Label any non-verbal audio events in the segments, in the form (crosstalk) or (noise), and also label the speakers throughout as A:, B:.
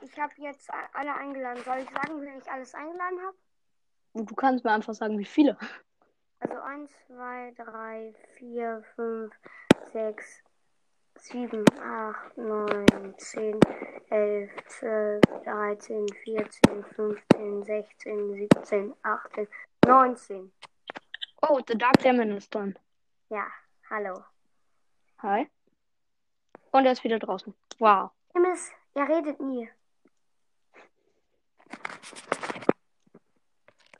A: ich habe jetzt a- alle eingeladen. Soll ich sagen, wen ich alles eingeladen habe?
B: Du kannst mir einfach sagen, wie viele.
A: Also 1, 2, 3, 4, 5, 6, 7, 8, 9, 10, 11, 12, 13, 14, 15, 16, 17, 18, 19.
B: Oh, The Dark Demon ist dran.
A: Ja, hallo.
B: Hi. Und er ist wieder draußen. Wow.
A: Immis, ihr redet nie.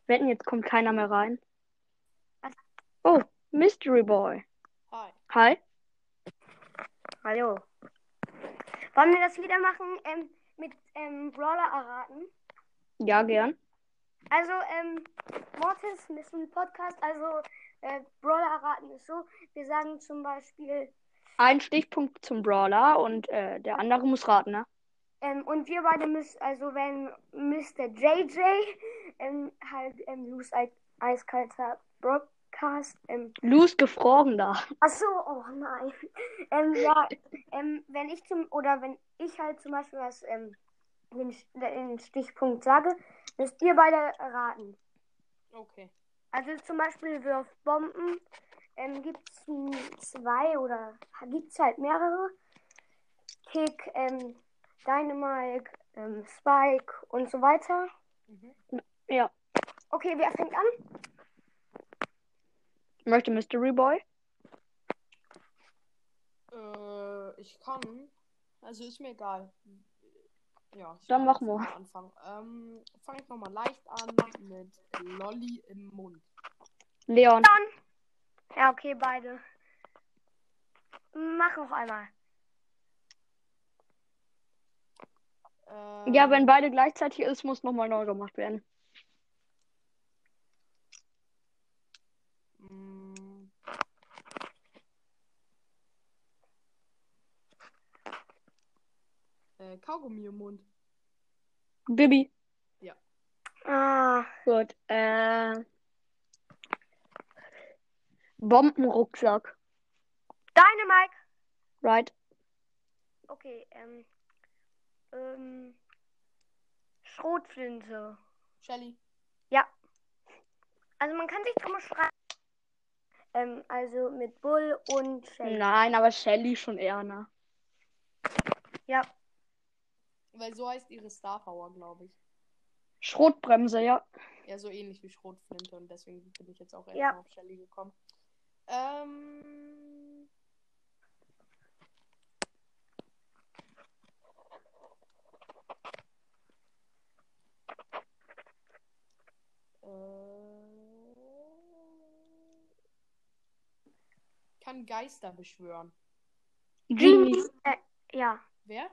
B: Wetten, jetzt kommt keiner mehr rein. Oh, Mystery Boy.
C: Hi.
B: Hi.
A: Hallo. Wollen wir das wieder machen ähm, mit ähm, Brawler erraten?
B: Ja, gern.
A: Also, ähm, Mortis ist ein Podcast, also äh, Brawler erraten ist so. Wir sagen zum Beispiel,
B: Ein Stichpunkt zum Brawler und äh, der andere muss raten, ne?
A: ähm, und wir beide müssen, also wenn Mr. JJ ähm, halt ähm, Loose Ei- Eiskalter Broadcast, ähm,
B: Luz gefroren da.
A: ach so, oh nein. (laughs) Ähm, ja, ähm, wenn ich zum, oder wenn ich halt zum Beispiel was, ähm, den, Sch- den Stichpunkt sage, müsst ihr beide raten.
C: Okay.
A: Also zum Beispiel Würfbomben ähm, gibt es zwei oder gibt es halt mehrere. Kick, ähm, Dynamite, ähm, Spike und so weiter.
C: Mhm.
B: Ja.
A: Okay, wer fängt an?
B: Möchte Mystery Boy?
C: Äh, ich kann. Also ist mir egal. Ja. Ich
B: Dann
C: kann
B: machen wir.
C: jetzt mal Anfangen. Ähm, fang ich nochmal leicht an mit Lolli im Mund.
B: Leon.
A: Ja, okay, beide. Mach noch einmal.
C: Ähm,
B: Ja, wenn beide gleichzeitig ist, muss nochmal neu gemacht werden.
C: mh, Äh, Kaugummi im Mund.
B: Bibi.
A: Ah,
B: Gut. Äh. Bombenrucksack.
A: Dynamite.
B: Right?
A: Okay, ähm, ähm, Schrotflinte.
C: Shelly.
A: Also man kann sich drum streiten. Ähm, also mit Bull und Shelly.
B: Nein, aber Shelly schon eher, ne?
A: Ja,
C: Weil so heißt ihre Star Power, glaube ich.
B: Schrotbremse, ja.
C: Ja, so ähnlich wie Schrotflinte und deswegen bin ich jetzt auch
A: Ja.
C: erstmal auf Shelly gekommen. Ähm. Äh, Kann Geister beschwören.
B: Genie.
A: Hm, äh, ja.
C: Wer?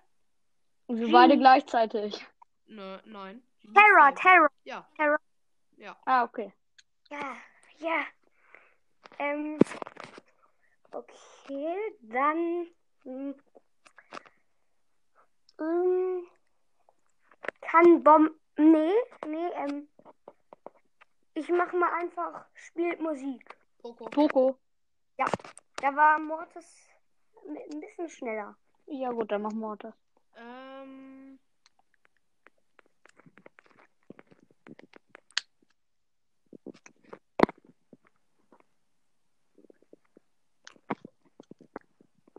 B: Wir beide gleichzeitig.
C: Nö, Ne, nein.
A: Terra, Terra.
C: Ja.
A: Terra.
C: Ja.
B: Ah, okay.
A: Ja, ja. Ähm, okay, dann. hm, hm, kann Bomb. Nee, nee, ähm. Ich mach mal einfach, spielt Musik.
C: Poco.
B: Poco.
A: Da war Mortis mi- ein bisschen schneller.
B: Ja gut, dann machen wir das.
C: Ähm.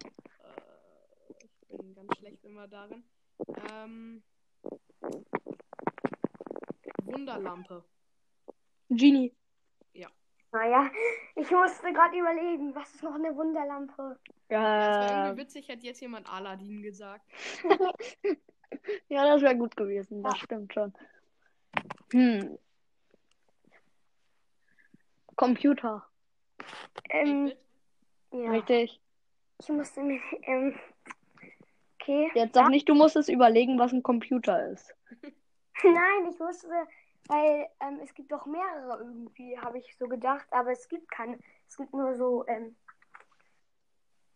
C: Äh, Ich bin ganz schlecht immer darin. Ähm. Wunderlampe.
B: Genie.
A: Naja, (laughs) ich musste gerade überlegen, was ist noch eine Wunderlampe?
C: Das wäre
B: Ja,
C: irgendwie witzig, hätte jetzt jemand Aladdin gesagt.
B: ja das wäre gut gewesen. Das stimmt schon. Hm. Computer.
A: Ähm, ja.
B: Richtig.
A: Ich musste mir. (laughs) Ähm, okay. (laughs)
B: Jetzt sag nicht, du musst es überlegen, was ein Computer ist.
A: Nein, ich wusste, weil ähm, es gibt doch mehrere irgendwie, habe ich so gedacht, aber es gibt keine. Es gibt nur so, ähm,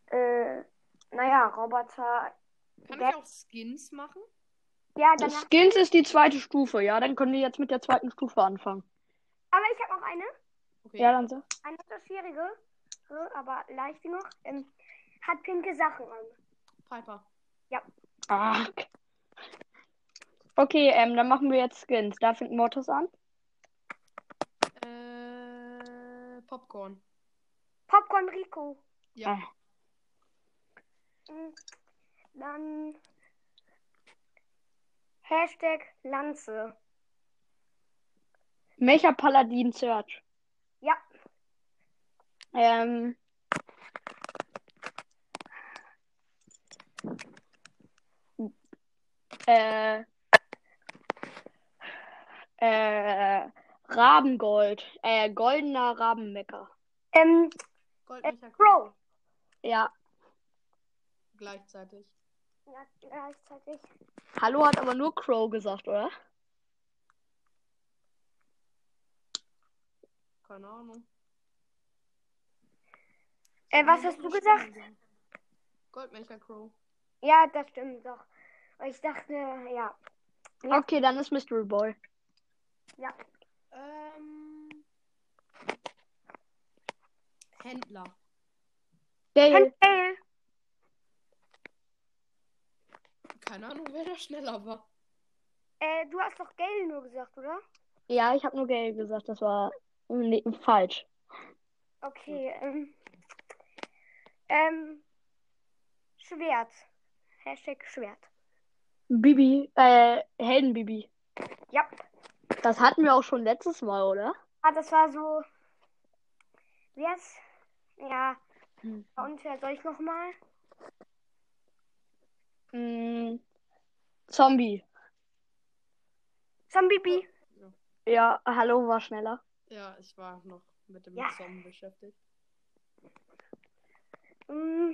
A: äh, naja, Roboter.
C: Kann
A: Wer-
C: ich auch Skins machen?
A: Ja, danach.
B: Skins ist die zweite Stufe, ja? Dann können wir jetzt mit der zweiten Stufe anfangen.
A: Aber ich habe noch eine,
C: Okay.
B: Ja, dann so.
A: eine etwas schwierige, äh, aber leicht genug. Ähm, hat pinke Sachen an.
C: Piper.
B: Ah, Okay, ähm, dann machen wir jetzt Skins. Da fängt Mortis an.
C: Äh, Popcorn.
A: Popcorn Rico.
C: Ja.
B: Ah.
A: Mhm. Dann Hashtag Lanze.
B: Mecha Paladin Search.
A: Ja.
B: Ähm, äh, äh, Rabengold. Äh, goldener Rabenmecker.
A: Ähm,
C: Goldmecher
A: Bro.
B: Ja.
C: gleichzeitig.
A: Ja, gleichzeitig.
B: Hallo hat aber nur Crow gesagt, oder?
C: Keine Ahnung.
A: Äh, was hast du gesagt?
C: Goldmecher Crow.
A: Ja, das stimmt doch. Ich dachte, ja. Ja.
B: Okay, dann ist Mystery Boy.
C: Ähm. Händler.
B: Dale.
A: Handball.
C: Keine Ahnung, wer da schneller war.
A: Äh, du hast doch Gale nur gesagt, oder?
B: Ja, ich habe nur Gale gesagt, das war nee, falsch.
A: Okay, ähm. Ähm. Schwert. Hashtag Schwert.
B: Bibi, äh, Heldenbibi.
A: Ja.
B: Das hatten wir auch schon letztes Mal, oder?
A: Ah, das war so. Wie heißt? Ja.
B: Hm.
A: War Unfair. Soll ich nochmal?
B: Mm, Zombie.
A: Zombie-Bi.
B: Ja, hallo war schneller.
C: Ja, ich war noch mit dem
A: Ja.
C: Zombie beschäftigt.
A: Mm.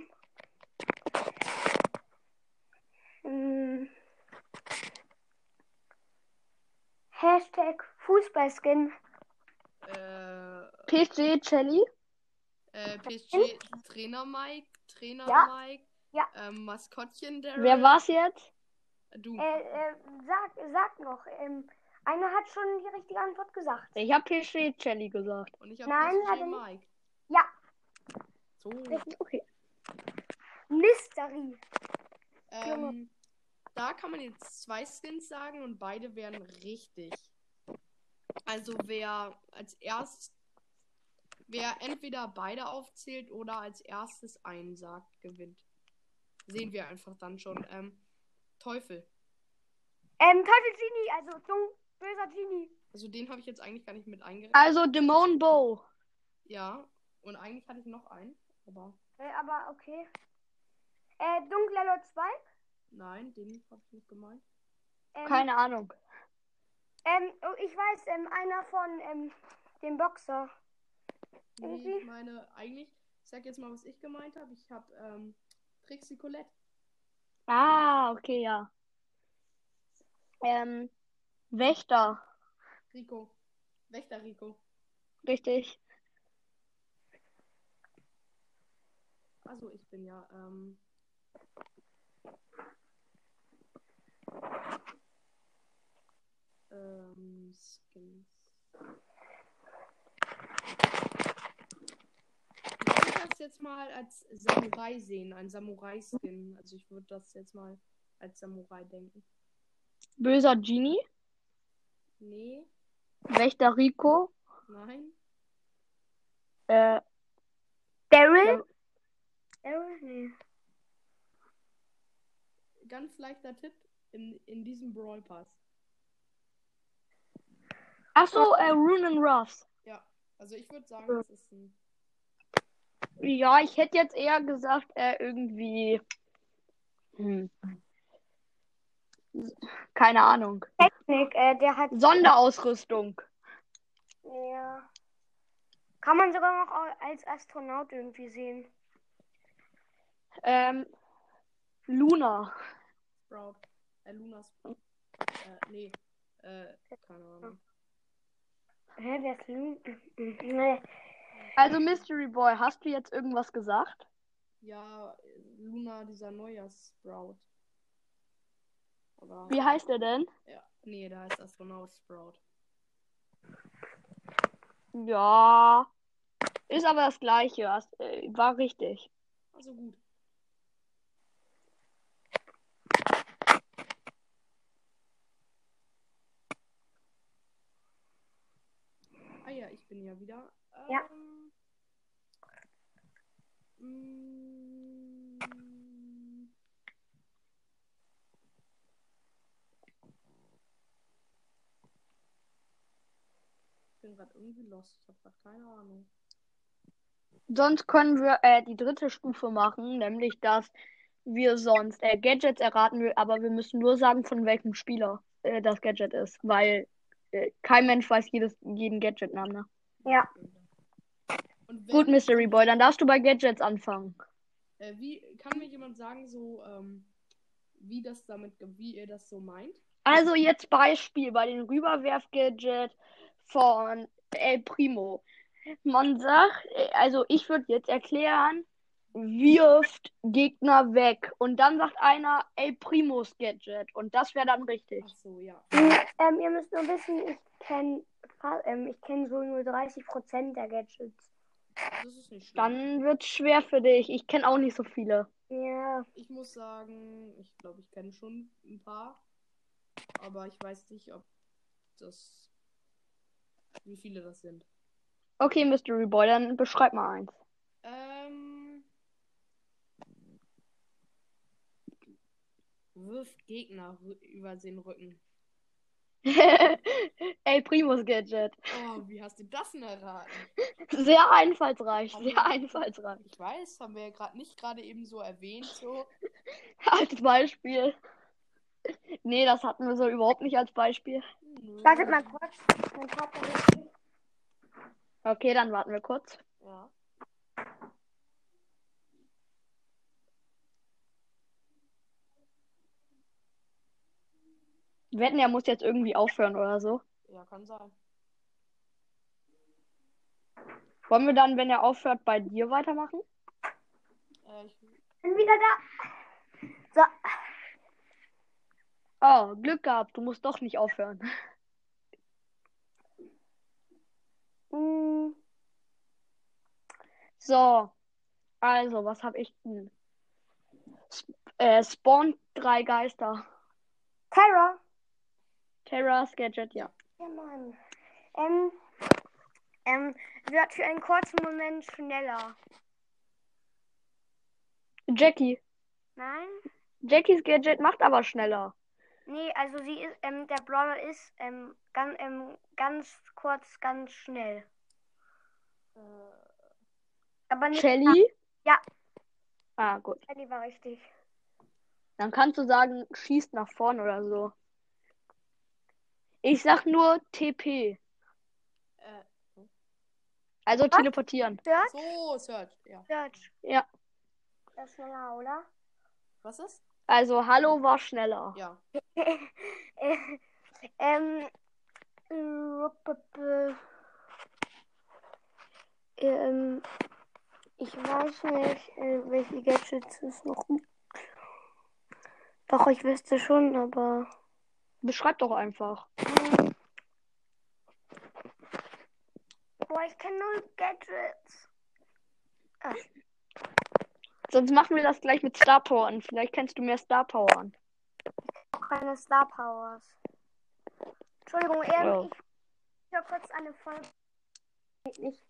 A: Mm. Hashtag Fußballskin.
C: Äh,
B: PSG Chelly.
C: äh, PSG, Trainer Mike, Trainer
A: Ja.
C: Mike,
A: Ja.
C: Ähm, Maskottchen Daryl.
B: Wer war's jetzt? Hm.
C: Du.
A: Äh, äh, sag, sag noch. Ähm, einer hat schon die richtige Antwort gesagt.
B: Ich habe PSG Chelly gesagt.
C: Und ich
A: Nein,
C: hab
A: warte
C: PSG
A: nicht.
C: Mike.
A: Ja.
C: So.
B: Okay.
A: Mystery.
C: Ähm, da kann man jetzt zwei Skins sagen und beide wären richtig. Also wer als erst wer entweder beide aufzählt oder als erstes einen sagt, gewinnt. Sehen wir einfach dann schon. Ähm, Teufel.
A: Ähm, Teufel Genie, also jung, böser Genie.
C: Also den habe ich jetzt eigentlich gar nicht mit eingerechnet.
B: Also Demon Bow.
C: Ja, und eigentlich hatte ich noch einen, aber
A: Äh, aber okay. Äh, dunkler Lord 2.
C: nein, den habe ich nicht gemeint.
A: Ähm,
B: Keine Ahnung.
A: Ähm, oh, ich weiß, ähm, einer von ähm, dem Boxer.
C: Nee,
A: Irgendwie?
C: ich meine, eigentlich, ich sag jetzt mal, was ich gemeint habe. Ich habe ähm, Trixie Colette.
B: Ah, okay, ja. Ähm, Wächter.
C: Rico. Wächter Rico.
B: Richtig.
C: Also ich bin ja, ähm. Ähm, Skins. Ich würde das jetzt mal als Samurai sehen, ein Samurai-Skin. Also ich würde das jetzt mal als Samurai denken.
B: Böser Genie.
C: Nee,
B: Wächter Rico.
C: nein.
B: Äh,
A: Daryl? Daryl? Nee.
C: Ganz leichter Tipp in, in diesem Brawl Pass.
B: achso, äh, Rune and Ruffs.
C: Ja, also ich würde sagen, das ist ein.
B: Ja, ich hätte jetzt eher gesagt, äh, irgendwie. Hm. Keine Ahnung.
A: Nick, äh, der hat.
B: Sonderausrüstung.
A: Ja. Kann man sogar noch au- als Astronaut irgendwie sehen.
B: Ähm, Luna.
C: Sprout. Äh, Luna Sprout. Äh, nee. Äh, keine Ahnung.
A: Hä, wer ist Lu? (laughs) Nee.
B: Also Mystery Boy, hast du jetzt irgendwas gesagt?
C: Ja, äh, Luna, dieser Neujahrs-Sprout. Oder.
B: Wie heißt er denn?
C: Ja. Nee, da heißt Astronaut Sprout.
B: Ja. Ist aber das gleiche. Hast, äh, war richtig.
C: Also gut. bin Ah ja wieder.
A: Ja.
C: Ähm, mm, Ich bin gerade irgendwie lost. Ich habe gerade keine Ahnung.
B: Sonst können wir äh, die dritte Stufe machen, nämlich dass wir sonst äh, Gadgets erraten will, aber wir müssen nur sagen, von welchem Spieler äh, das Gadget ist, weil äh, kein Mensch weiß jedes, jeden Gadget-Namen. Ne?
A: Ja.
C: Und wenn,
B: Gut, Mystery Boy, dann darfst du bei Gadgets anfangen.
C: äh, wie kann mir jemand sagen, so ähm, wie das damit, ge- wie ihr das so meint?
B: Also jetzt Beispiel bei den Rüberwerf-Gadget von El Primo. Man sagt, äh, also ich würde jetzt erklären, wirft Gegner weg. Und dann sagt einer El Primos Gadget. Und das wäre dann richtig.
C: Ach so, ja.
A: Ähm, ihr müsst nur wissen, ich kenne ähm, ich kenn so nur 30% der Gadgets.
C: Das ist nicht schlimm.
B: Dann wird's schwer für dich. Ich kenne auch nicht so viele.
A: Ja,
C: Ich muss sagen, ich glaube, ich kenne schon ein paar. Aber ich weiß nicht, ob das. wie viele das sind.
B: Okay, Mystery Boy, dann beschreib mal eins. (laughs)
C: Ähm. Wirft Gegner rü- über den Rücken.
B: El Primos Gadget.
C: Oh, wie hast du das denn erraten?
B: Sehr einfallsreich, sehr einfallsreich.
C: Ich weiß, haben wir ja gerade nicht gerade eben so erwähnt, so.
B: Als Beispiel. Nee, das hatten wir so überhaupt nicht als Beispiel.
C: Nö.
A: wartet mal kurz. Mein Vater ist
B: Okay, dann warten wir kurz.
C: Ja.
B: Wir wetten, er muss jetzt irgendwie aufhören oder so.
C: Ja, kann sein.
B: Wollen wir dann, wenn er aufhört, bei dir weitermachen?
C: Äh, ich,
A: bin wieder da. So,
B: Oh, Glück gehabt, du musst doch nicht aufhören.
A: mh,
B: So, also, was hab ich denn? Sp äh, Spawn drei Geister.
A: Tyra.
B: Terra's Gadget, ja.
A: Ja, Mann. Ähm, ähm, wird für einen kurzen Moment schneller.
B: Jackie.
A: Nein?
B: Jackies Gadget macht aber schneller.
A: Nee, also sie ist, ähm, der Brawler ist, ähm, ganz, ähm, ganz kurz, ganz schnell.
C: äh,
A: Aber nicht,
B: Shelly?
A: Ja.
B: Ah, gut.
A: Shelly war richtig.
B: Dann kannst du sagen, schießt nach vorn oder so. Ich sag nur TP.
C: äh,
B: Also teleportieren.
A: Search?
C: so, Search, ja.
A: Search.
B: Ja.
A: Das ist schneller, oder?
C: Was ist?
B: Also Hallo war schneller.
C: Ja.
A: Äh, (laughs) ähm, äh, ähm, ich weiß nicht, äh, welche Gadgets es noch gibt. Doch, ich wüsste schon, aber.
B: Beschreib doch einfach.
A: Boah, ich kenne null Gadgets.
B: Sonst machen wir das gleich mit Star Power an. Vielleicht kennst du mehr Star Power an.
A: Auch keine Star Powers. Entschuldigung, ähm,
B: Ja.
A: ich ich hab kurz eine Folge. Geht nicht.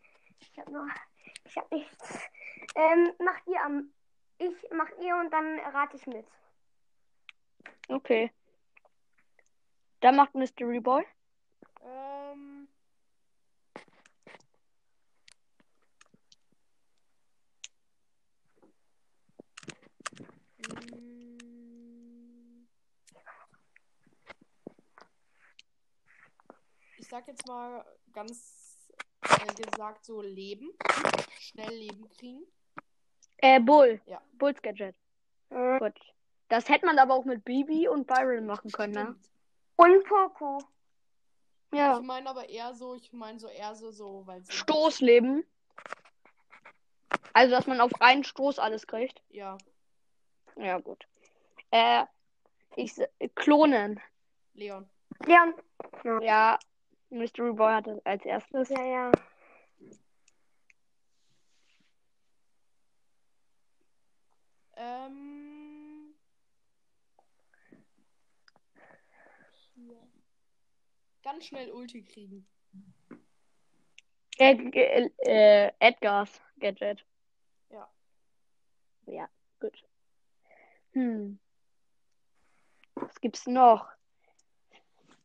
A: Ich hab noch. Ich hab nichts. Ähm, mach ihr am. Ich mach ihr und dann rate ich mit.
B: Okay. Dann macht Mystery Boy.
C: Ähm. Mm. Ich sag jetzt mal ganz äh, gesagt so leben. Schnell Leben kriegen.
B: Äh, Bull.
C: Ja.
B: Bulls Gadget.
A: Äh,
B: Gut. Das hätte man aber auch mit Bibi und Byron machen können, ne?
C: Stimmt.
A: Und Poco.
B: Ja.
C: Ich meine aber eher so, ich meine so eher so, so weil sie-
B: Stoßleben. Also, dass man auf einen Stoß alles kriegt.
C: ja,
B: Ja, gut. Äh, ich s- äh, klonen.
C: Leon.
A: Leon.
B: Ja, Mystery Boy hat das als erstes.
A: Ja, ja.
C: Ähm. Hier. Ganz schnell Ulti kriegen.
B: Ed, äh, Edgars Gadget.
C: Ja.
B: Ja, gut. Hm. Was gibt's noch?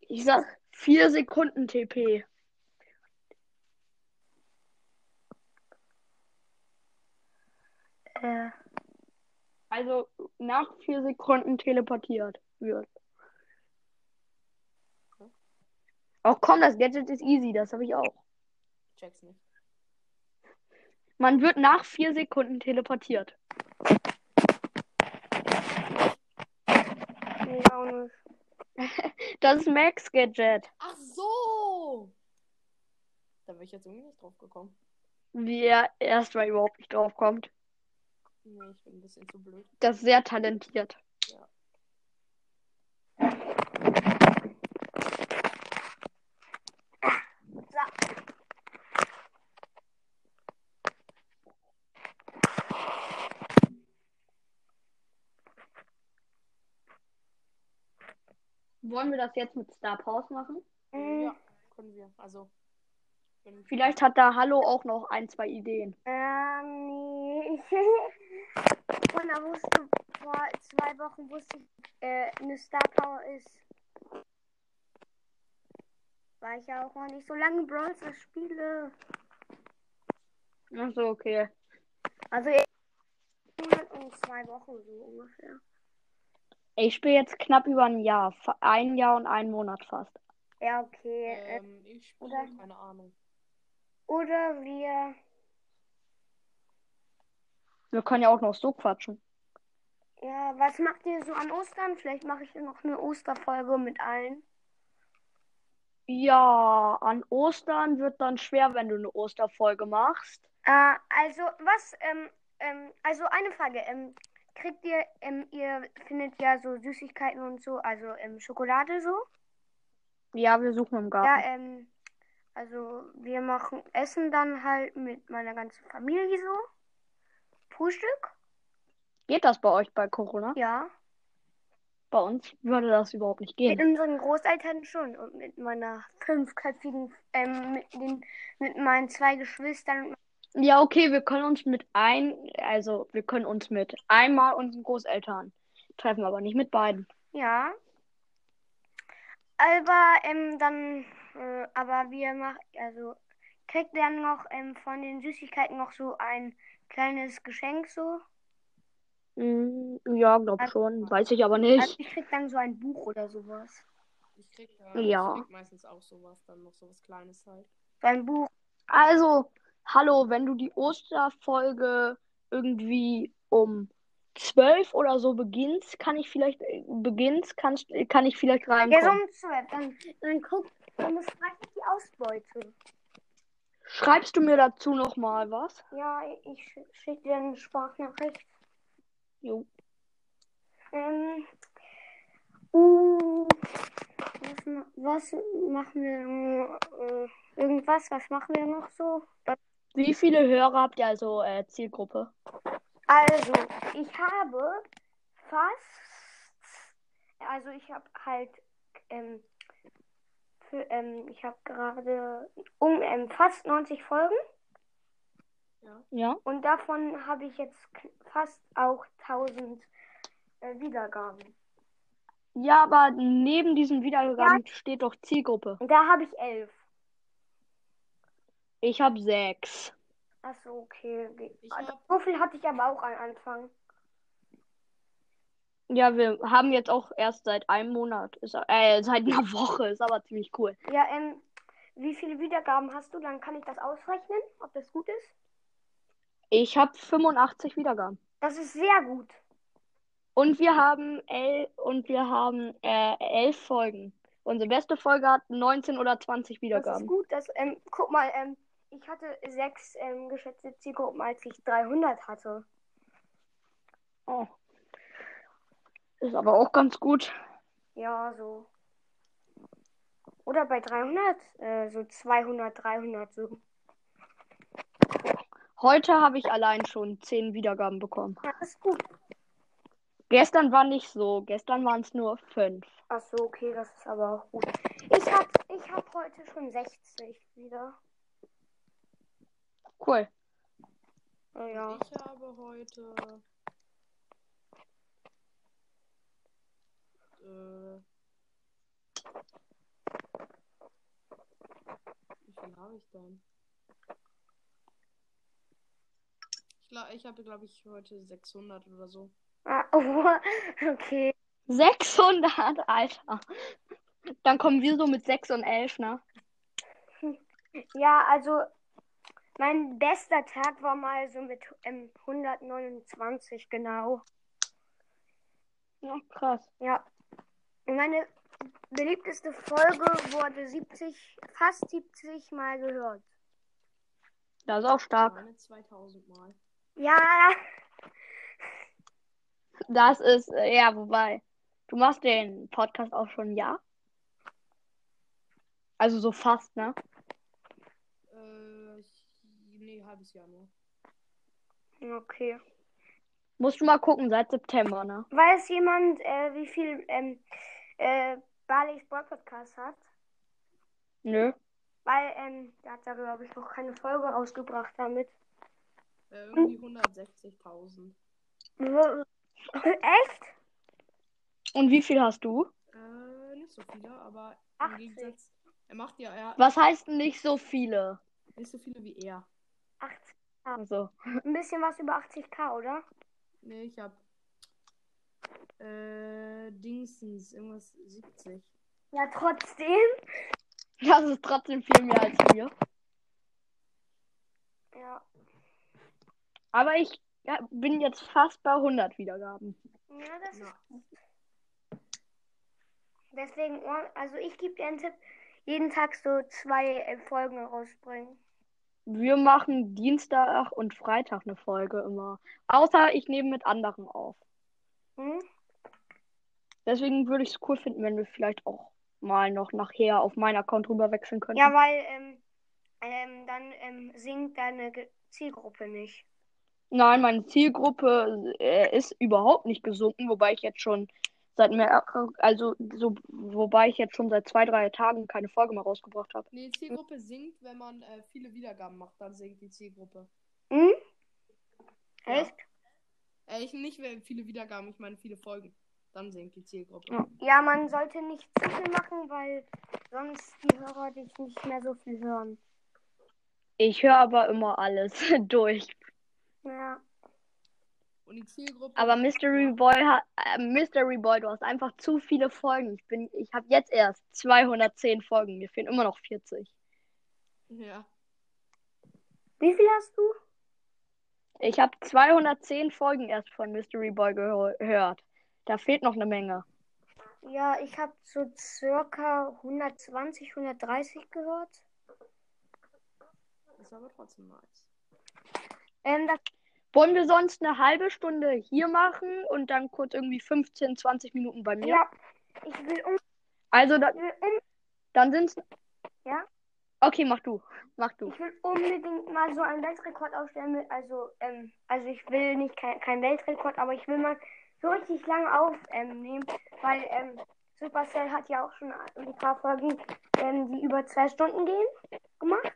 B: Ich sag 4 Sekunden TP.
A: Äh,
B: Also nach 4 Sekunden teleportiert wird. Oh komm, das Gadget ist easy, das habe ich auch.
C: Check's nicht.
B: Man wird nach vier Sekunden teleportiert.
A: nee, auch nicht.
B: Das ist Max Gadget.
C: Ach so! Da wäre ich jetzt irgendwie nicht drauf gekommen.
B: Wie er erstmal überhaupt nicht drauf kommt.
C: Nee, ich bin ein bisschen zu blöd.
B: Das ist sehr talentiert. Wollen wir das jetzt mit Star Pause machen?
A: Mhm.
C: Ja, können wir. Also. Wenn
B: Vielleicht hat da Hallo auch noch ein, zwei Ideen.
A: Ähm, nee. (laughs) Und da wusste vor zwei Wochen wusste ich, äh, eine Star Power ist. Weil ich ja auch noch nicht so lange Brawl Stars spiele.
B: Achso, okay.
A: Also ich Monat und zwei Wochen so ungefähr.
B: Ich spiele jetzt knapp über ein Jahr. Fa- Ein Jahr und einen Monat fast.
A: Ja, okay. Äh,
C: ähm, ich spiele,
A: oder-
C: keine Ahnung.
A: Oder wir.
B: Wir können ja auch noch so quatschen.
A: Ja, was macht ihr so an Ostern? Vielleicht mache ich ja noch eine Osterfolge mit allen.
B: Ja, an Ostern wird dann schwer, wenn du eine Osterfolge machst.
A: Äh, also, was, ähm, ähm, also eine Frage. Ähm, kriegt ihr, ähm, ihr findet ja so Süßigkeiten und so, also ähm, Schokolade so?
B: Ja, wir suchen im Garten.
A: Ja, ähm, also wir machen Essen dann halt mit meiner ganzen Familie so. Frühstück?
B: Geht das bei euch bei Corona?
A: Ja.
B: Bei uns würde das überhaupt nicht
A: Mit
B: gehen.
A: unseren Großeltern schon und mit meiner fünfköpfigen, ähm, mit den, mit meinen zwei Geschwistern und
B: Ja, okay, wir können uns mit ein, also wir können uns mit einmal unseren Großeltern treffen, aber nicht mit beiden.
A: Ja. Aber ähm, dann, äh, aber wir machen, also kriegt dann noch ähm, von den Süßigkeiten noch so ein kleines Geschenk so.
B: Mm, ja, glaub schon. Weiß ich aber nicht.
A: Also ich krieg dann so ein Buch oder sowas.
C: Ich krieg, ja,
B: Ja.
C: ich krieg meistens auch sowas, dann noch sowas Kleines halt.
A: So ein Buch.
B: Also, hallo, wenn du die Osterfolge irgendwie um zwölf oder so beginnst, kann ich vielleicht äh, beginnst, kannst, kann ich vielleicht
A: Ja, so
B: reinkommen.
A: ein Zwölf. Dann, dann guck, dann bespreche ich die Ausbeute.
B: Schreibst du mir dazu nochmal was?
A: Ja, ich sch- schick dir eine Sprachnachricht.
B: Jo.
A: Ähm, uh, was, ma- was machen wir noch? Äh, irgendwas, was machen wir noch so?
B: Wie viele Hörer habt ihr also äh, Zielgruppe?
A: Also, ich habe fast, also ich habe halt, ähm, für, ähm, ich habe gerade um, ähm, fast 90 Folgen
B: Ja.
A: und davon habe ich jetzt k- fast auch 1000 äh, Wiedergaben.
B: Ja, aber neben diesen Wiedergaben steht doch Zielgruppe.
A: Und da habe ich 11.
B: Ich habe sechs.
A: Achso, okay. geht.
C: Ich hab-
A: So viel hatte ich aber auch am Anfang.
B: Ja, wir haben jetzt auch erst seit einem Monat, ist, äh, seit einer (laughs) Woche, ist aber ziemlich cool.
A: Ja, ähm, wie viele Wiedergaben hast du? Dann kann ich das ausrechnen, ob das gut ist.
B: Ich habe 85 Wiedergaben.
A: Das ist sehr gut.
B: Und wir haben el und wir haben äh, elf Folgen. Unsere beste Folge hat 19 oder
A: Das
B: 20
A: ist
B: Wiedergaben.
A: gut. Das, ähm, guck mal, ähm, ich hatte sechs ähm, geschätzte Zielgruppen, als ich 300 hatte.
B: Oh. Ist aber auch ganz gut.
A: Ja, so. Oder bei 300, äh, so 200, 300 so.
B: Heute habe ich allein schon 10 Wiedergaben bekommen.
A: Ja, das ist gut.
B: Gestern war nicht so. Gestern waren es nur 5.
A: Ach so, okay, das ist aber auch gut. Ich hab, ich hab heute schon 60 wieder.
B: Cool.
A: Oh ja.
C: Ich habe heute. Äh, wie viel habe ich denn? Ich, glaub, ich habe, glaube ich, heute 600 oder so.
A: Ah, (laughs) oh, okay.
B: 600, Alter. Dann kommen wir so mit 6 und 11, ne?
A: Ja, also mein bester Tag war mal so mit ähm, 129 genau.
B: Ja, krass.
A: Ja. Meine beliebteste Folge wurde 70, fast 70 Mal gehört.
B: Das ist auch stark.
C: Meine 2000 Mal.
A: Ja,
B: Das ist, äh, ja, wobei. Du machst den Podcast auch schon ein Jahr. Also so fast, ne?
C: Äh, ich- nee, halbes Jahr nur.
A: okay.
B: Musst du mal gucken, seit September, ne?
A: Weiß jemand, äh, wie viel ähm, äh, Barley's Boy Podcast hat?
B: Nö.
A: Weil ähm, der hat da, glaube ich, noch keine Folge rausgebracht damit. (laughs)
C: Äh, irgendwie 160.000.
A: Echt?
B: Und wie viel hast du?
C: Äh, nicht so viele, aber im
A: 80.
C: Gegensatz. Er macht ja er
B: Was heißt denn nicht so viele?
C: nicht so viele wie er.
A: 80,
B: Also, (laughs)
A: ein bisschen was über 80k, oder?
C: Nee, ich hab. Äh, Dingsens, irgendwas 70.
A: Ja, trotzdem.
B: das ist trotzdem viel mehr als wir.
A: Ja.
B: Aber ich ja, bin jetzt fast bei 100 Wiedergaben.
A: Ja, das ist.
C: Na,
A: Deswegen, also ich gebe dir einen Tipp, jeden Tag so zwei äh, Folgen rausbringen.
B: Wir machen Dienstag und Freitag eine Folge immer. Außer ich nehme mit anderen auf.
A: Hm?
B: Deswegen würde ich es cool finden, wenn wir vielleicht auch mal noch nachher auf meinen Account rüber wechseln könnten.
A: Ja, weil ähm, ähm, dann ähm, singt deine Ge- Zielgruppe nicht.
B: Nein, meine Zielgruppe äh, ist überhaupt nicht gesunken, wobei ich jetzt schon seit mehr, also so, wobei ich jetzt schon seit zwei, drei Tagen keine Folge mehr rausgebracht habe.
C: nee, Zielgruppe singt, wenn man äh, viele Wiedergaben macht, dann singt die Zielgruppe.
A: Hm?
C: Ja.
A: Echt?
C: Äh, ich nicht wenn viele Wiedergaben, ich meine viele Folgen. Dann singt die Zielgruppe.
B: Ja.
A: Ja, man sollte nicht zu viel machen, weil sonst die Hörer dich nicht mehr so viel hören.
B: Ich höre aber immer alles (laughs) durch.
A: Ja.
C: Und die Zielgruppe.
B: Aber Mystery Boy, hat, äh, Mystery Boy, du hast einfach zu viele Folgen. Ich bin, ich habe jetzt erst 210 Folgen. Mir fehlen immer noch 40.
C: Ja.
A: Wie viel hast du?
B: Ich habe 210 Folgen erst von Mystery Boy geho- gehört. Da fehlt noch eine Menge.
A: Ja, ich habe so circa 120, 130 gehört.
C: Ist aber trotzdem nice.
A: Ähm, das
B: Wollen wir sonst eine halbe Stunde hier machen und dann kurz irgendwie 15, 20 Minuten bei mir?
A: ja. Ich will um,
B: Also da,
A: ich will um
B: dann sind's.
A: Ja?
B: Okay, mach du. Mach du.
A: Ich will unbedingt mal so einen Weltrekord aufstellen. Mit, also, ähm, also ich will nicht kein, kein Weltrekord, aber ich will mal so richtig lange aufnehmen, weil ähm, Supercell hat ja auch schon ein paar Folgen, ähm, die über zwei Stunden gehen, gemacht.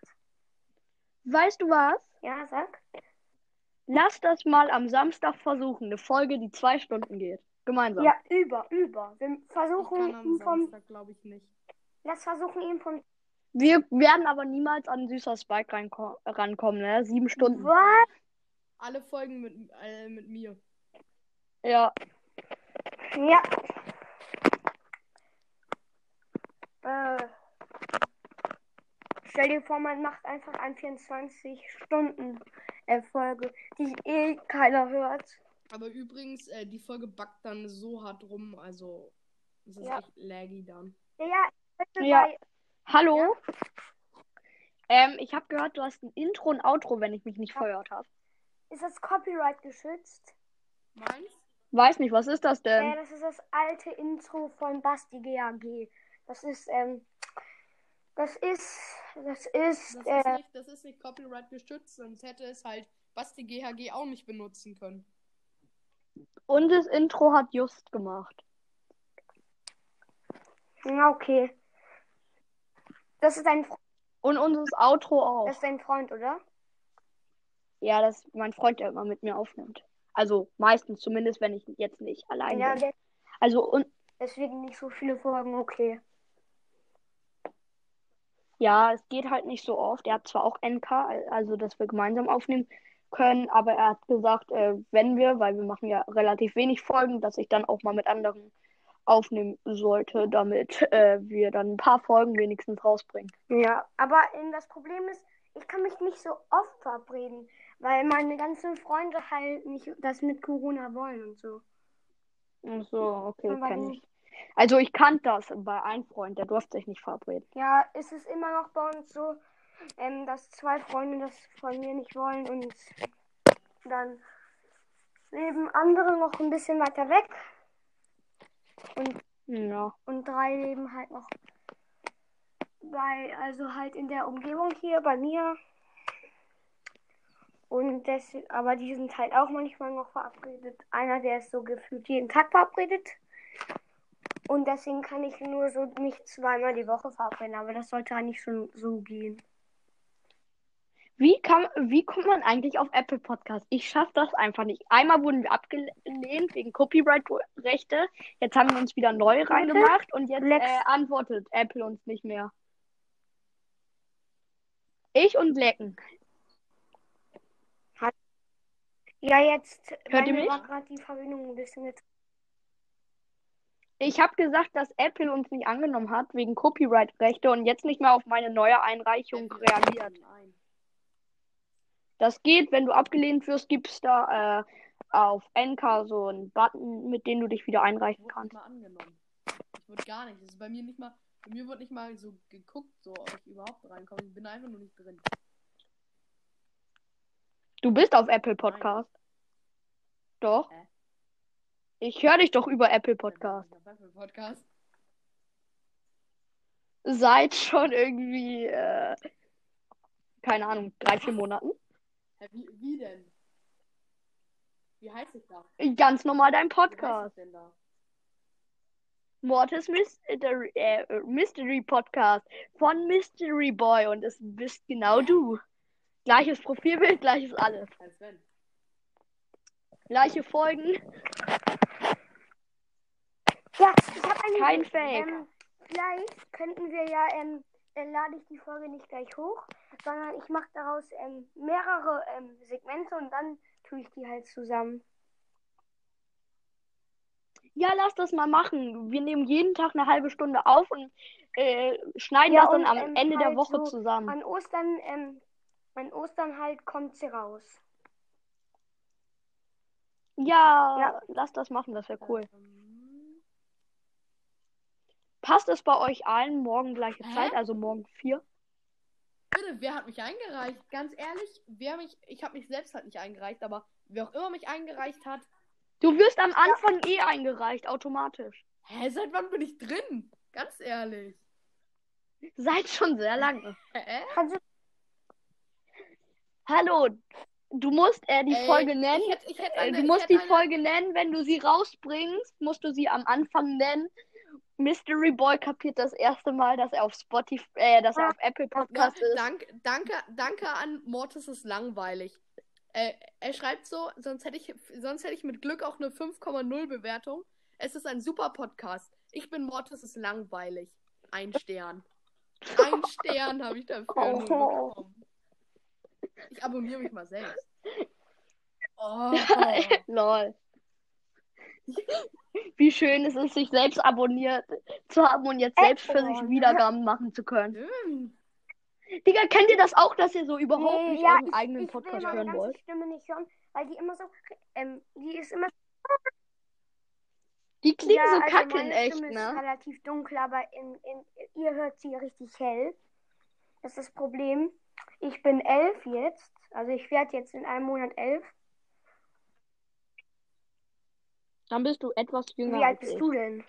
B: Weißt du was?
A: Ja, sag.
B: Lass das mal am Samstag versuchen. Eine Folge, die zwei Stunden geht. Gemeinsam.
A: Ja, über, über. Wir
C: Ich kann
A: versuchen
C: am
A: ihn vom,
C: Samstag, glaube ich, nicht.
A: lass versuchen ihn vom.
B: Wir werden aber niemals an süßer Spike reinko- rankommen, ne? Sieben Stunden.
A: Was?
C: Alle Folgen mit, äh, mit mir.
B: Ja.
A: Ja. Äh, stell dir vor, man macht einfach eine 24-Stunden-Folge, die eh keiner hört.
C: Aber übrigens, äh, die Folge backt dann so hart rum, also es ist
A: Ja.
C: echt laggy dann.
A: Ja, ja, ich könnte
B: Ja.
A: bei,
B: Hallo? Ähm, ich habe gehört, du hast ein Intro und Outro, wenn ich mich nicht
A: Ja.
B: verhört habe.
A: ist das Copyright geschützt?
C: Meins?
B: Weiß nicht, was ist das
A: Äh,
B: denn?
A: das ist das alte Intro von Basti GAG. Das ist, ähm, das ist, das
C: Das
A: ist,
C: ist,
A: äh,
C: nicht, das ist nicht Copyright gestützt, sonst hätte es halt Basti GHG auch nicht benutzen können.
B: Und das Intro hat Just gemacht.
A: na, okay. Das ist dein, Fr-
B: Und unseres Outro auch.
A: das ist dein Freund, oder?
B: Ja, das ist mein Freund, der immer mit mir aufnimmt. Also meistens, zumindest wenn ich jetzt nicht allein
A: Ja,
B: bin.
A: de-
B: Also und
A: deswegen nicht so viele Folgen, okay.
B: ja, es geht halt nicht so oft. Er hat zwar auch NK, also dass wir gemeinsam aufnehmen können, aber er hat gesagt, äh, wenn wir, weil wir machen ja relativ wenig Folgen, dass ich dann auch mal mit anderen aufnehmen sollte, damit äh, wir dann ein paar Folgen wenigstens rausbringen.
A: Ja, aber ähm, das Problem ist, ich kann mich nicht so oft verabreden, weil meine ganzen Freunde halt nicht das mit Corona wollen und so.
B: Ach so, okay,
A: Aber
B: kenn
A: die-
B: ich. Also ich kannte das bei einem Freund, der durfte sich nicht verabreden.
A: Ja, ist es immer noch bei uns so, ähm, dass zwei Freunde das von mir nicht wollen und dann leben andere noch ein bisschen weiter weg
B: Ja.
A: und drei leben halt noch bei, also halt in der Umgebung hier bei mir. Und das, aber die sind halt auch manchmal noch verabredet. Einer, der ist so gefühlt jeden Tag verabredet. Und deswegen kann ich nur so mich zweimal die Woche verabreden, aber das sollte eigentlich schon so gehen.
B: Wie kann, wie kommt man eigentlich auf Apple Podcast? Ich schaff das einfach nicht. Einmal wurden wir abgelehnt wegen Copyright-Rechte. Jetzt haben wir uns wieder neu reingemacht und jetzt
A: Lex.
B: äh, antwortet Apple uns nicht mehr. Ich und Lecken.
A: Ja, jetzt
B: Hört
A: meine
B: ihr mich?
A: war gerade die Verbindung ein bisschen jetzt.
B: Ich habe gesagt, dass Apple uns nicht angenommen hat wegen Copyright-Rechte und jetzt nicht mehr auf meine neue Einreichung reagiert.
C: Nein.
B: Das geht, wenn du abgelehnt wirst, gibt's da äh, auf NK so einen Button, mit dem du dich wieder
C: Ich
B: einreichen
C: wurde nicht
B: kannst.
C: mal angenommen. Ich wurde gar nicht. Es ist bei mir nicht mal. Bei mir wurde nicht mal so geguckt, so ob ich überhaupt reinkomme. Ich bin einfach nur nicht drin.
B: Du bist auf Apple Podcast. Doch.
C: Hä?
B: Ich höre dich doch über Apple Podcast.
C: Ich hab einfach einen Podcast.
B: Seit schon irgendwie, äh, keine Ahnung, drei, vier Monaten.
C: Hä, wie, wie denn? Wie heißt ich da?
B: Ganz normal dein
C: Wie heißt
B: Podcast.
C: ich denn da?
B: Mortis Mystery, äh, äh, Mystery Podcast von Mystery Boy und es bist genau du. Gleiches Profilbild, gleiches alles.
C: Als wenn.
B: Gleiche Folgen.
A: Ja, ich habe eine
B: Kein
A: Idee.
B: Fake.
A: Ähm, vielleicht könnten wir ja, ähm, dann lade ich die Folge nicht gleich hoch, sondern ich mache daraus ähm, mehrere ähm, Segmente und dann tue ich die halt zusammen.
B: Ja, lass das mal machen. Wir nehmen jeden Tag eine halbe Stunde auf und äh, schneiden
A: Ja,
B: das dann
A: und,
B: am
A: ähm,
B: Ende der
A: halt
B: Woche
A: so
B: zusammen.
A: An Ostern, ähm, an Ostern halt kommt sie raus.
B: Ja,
A: Ja.
B: lass das machen, das wäre cool.
C: Ähm,
B: Passt es bei euch allen morgen gleiche
C: Hä?
B: Zeit, also morgen vier?
C: Bitte, wer hat mich eingereicht? Ganz ehrlich, wer mich. Ich habe mich selbst halt nicht eingereicht, aber wer auch immer mich eingereicht hat.
B: Du wirst am Anfang eh eingereicht, automatisch.
C: Hä, seit wann bin ich drin? Ganz ehrlich.
B: Seid schon sehr lange.
C: Hä?
A: Kannst du
B: Hallo, du musst äh, die
C: Ey,
B: Folge nennen.
C: Ich hätte, ich hätte
B: Äh,
C: eine,
B: du
C: ich
B: musst
C: hätte
B: die
C: eine-
B: Folge nennen, wenn du sie rausbringst, musst du sie am Anfang nennen. Mystery Boy kapiert das erste Mal, dass er auf Spotify, äh, dass er auf Apple
C: Ja,
B: Podcast ist.
C: dank, danke, danke an Mortis ist langweilig. Äh, er schreibt so, sonst hätte ich, sonst hätte ich mit Glück auch eine 5,0 Bewertung. Es ist ein super Podcast. Ich bin Mortis ist langweilig. Ein Stern.
B: (laughs)
C: Ein Stern habe ich dafür nur
B: Oh.
C: bekommen. Ich abonniere mich mal selbst.
B: (laughs)
C: Oh.
B: Lol. Wie schön ist es, sich selbst abonniert zu haben und jetzt selbst für sich
A: Apple.
B: Wiedergaben machen zu können.
C: Hm.
B: Digga, kennt ihr das auch, dass ihr so überhaupt
A: Nee,
B: nicht
A: ja,
B: euren eigenen
A: ich will
B: Podcast
A: meine
B: hören
A: ganze
B: wollt?
A: Stimme nicht hören, weil die immer so, ähm, die ist immer
B: Die klingen
A: ja,
B: so
A: also
B: kacke in
A: meine
B: echt,
A: Stimme ist halt-
B: ne?
A: relativ dunkel, aber in, in, ihr hört sie richtig hell. Das ist das Problem. Ich bin elf jetzt. Also ich werde jetzt in einem Monat elf.
B: Dann bist du etwas jünger
A: Wie alt
B: als
A: bist
B: ich.
A: du denn?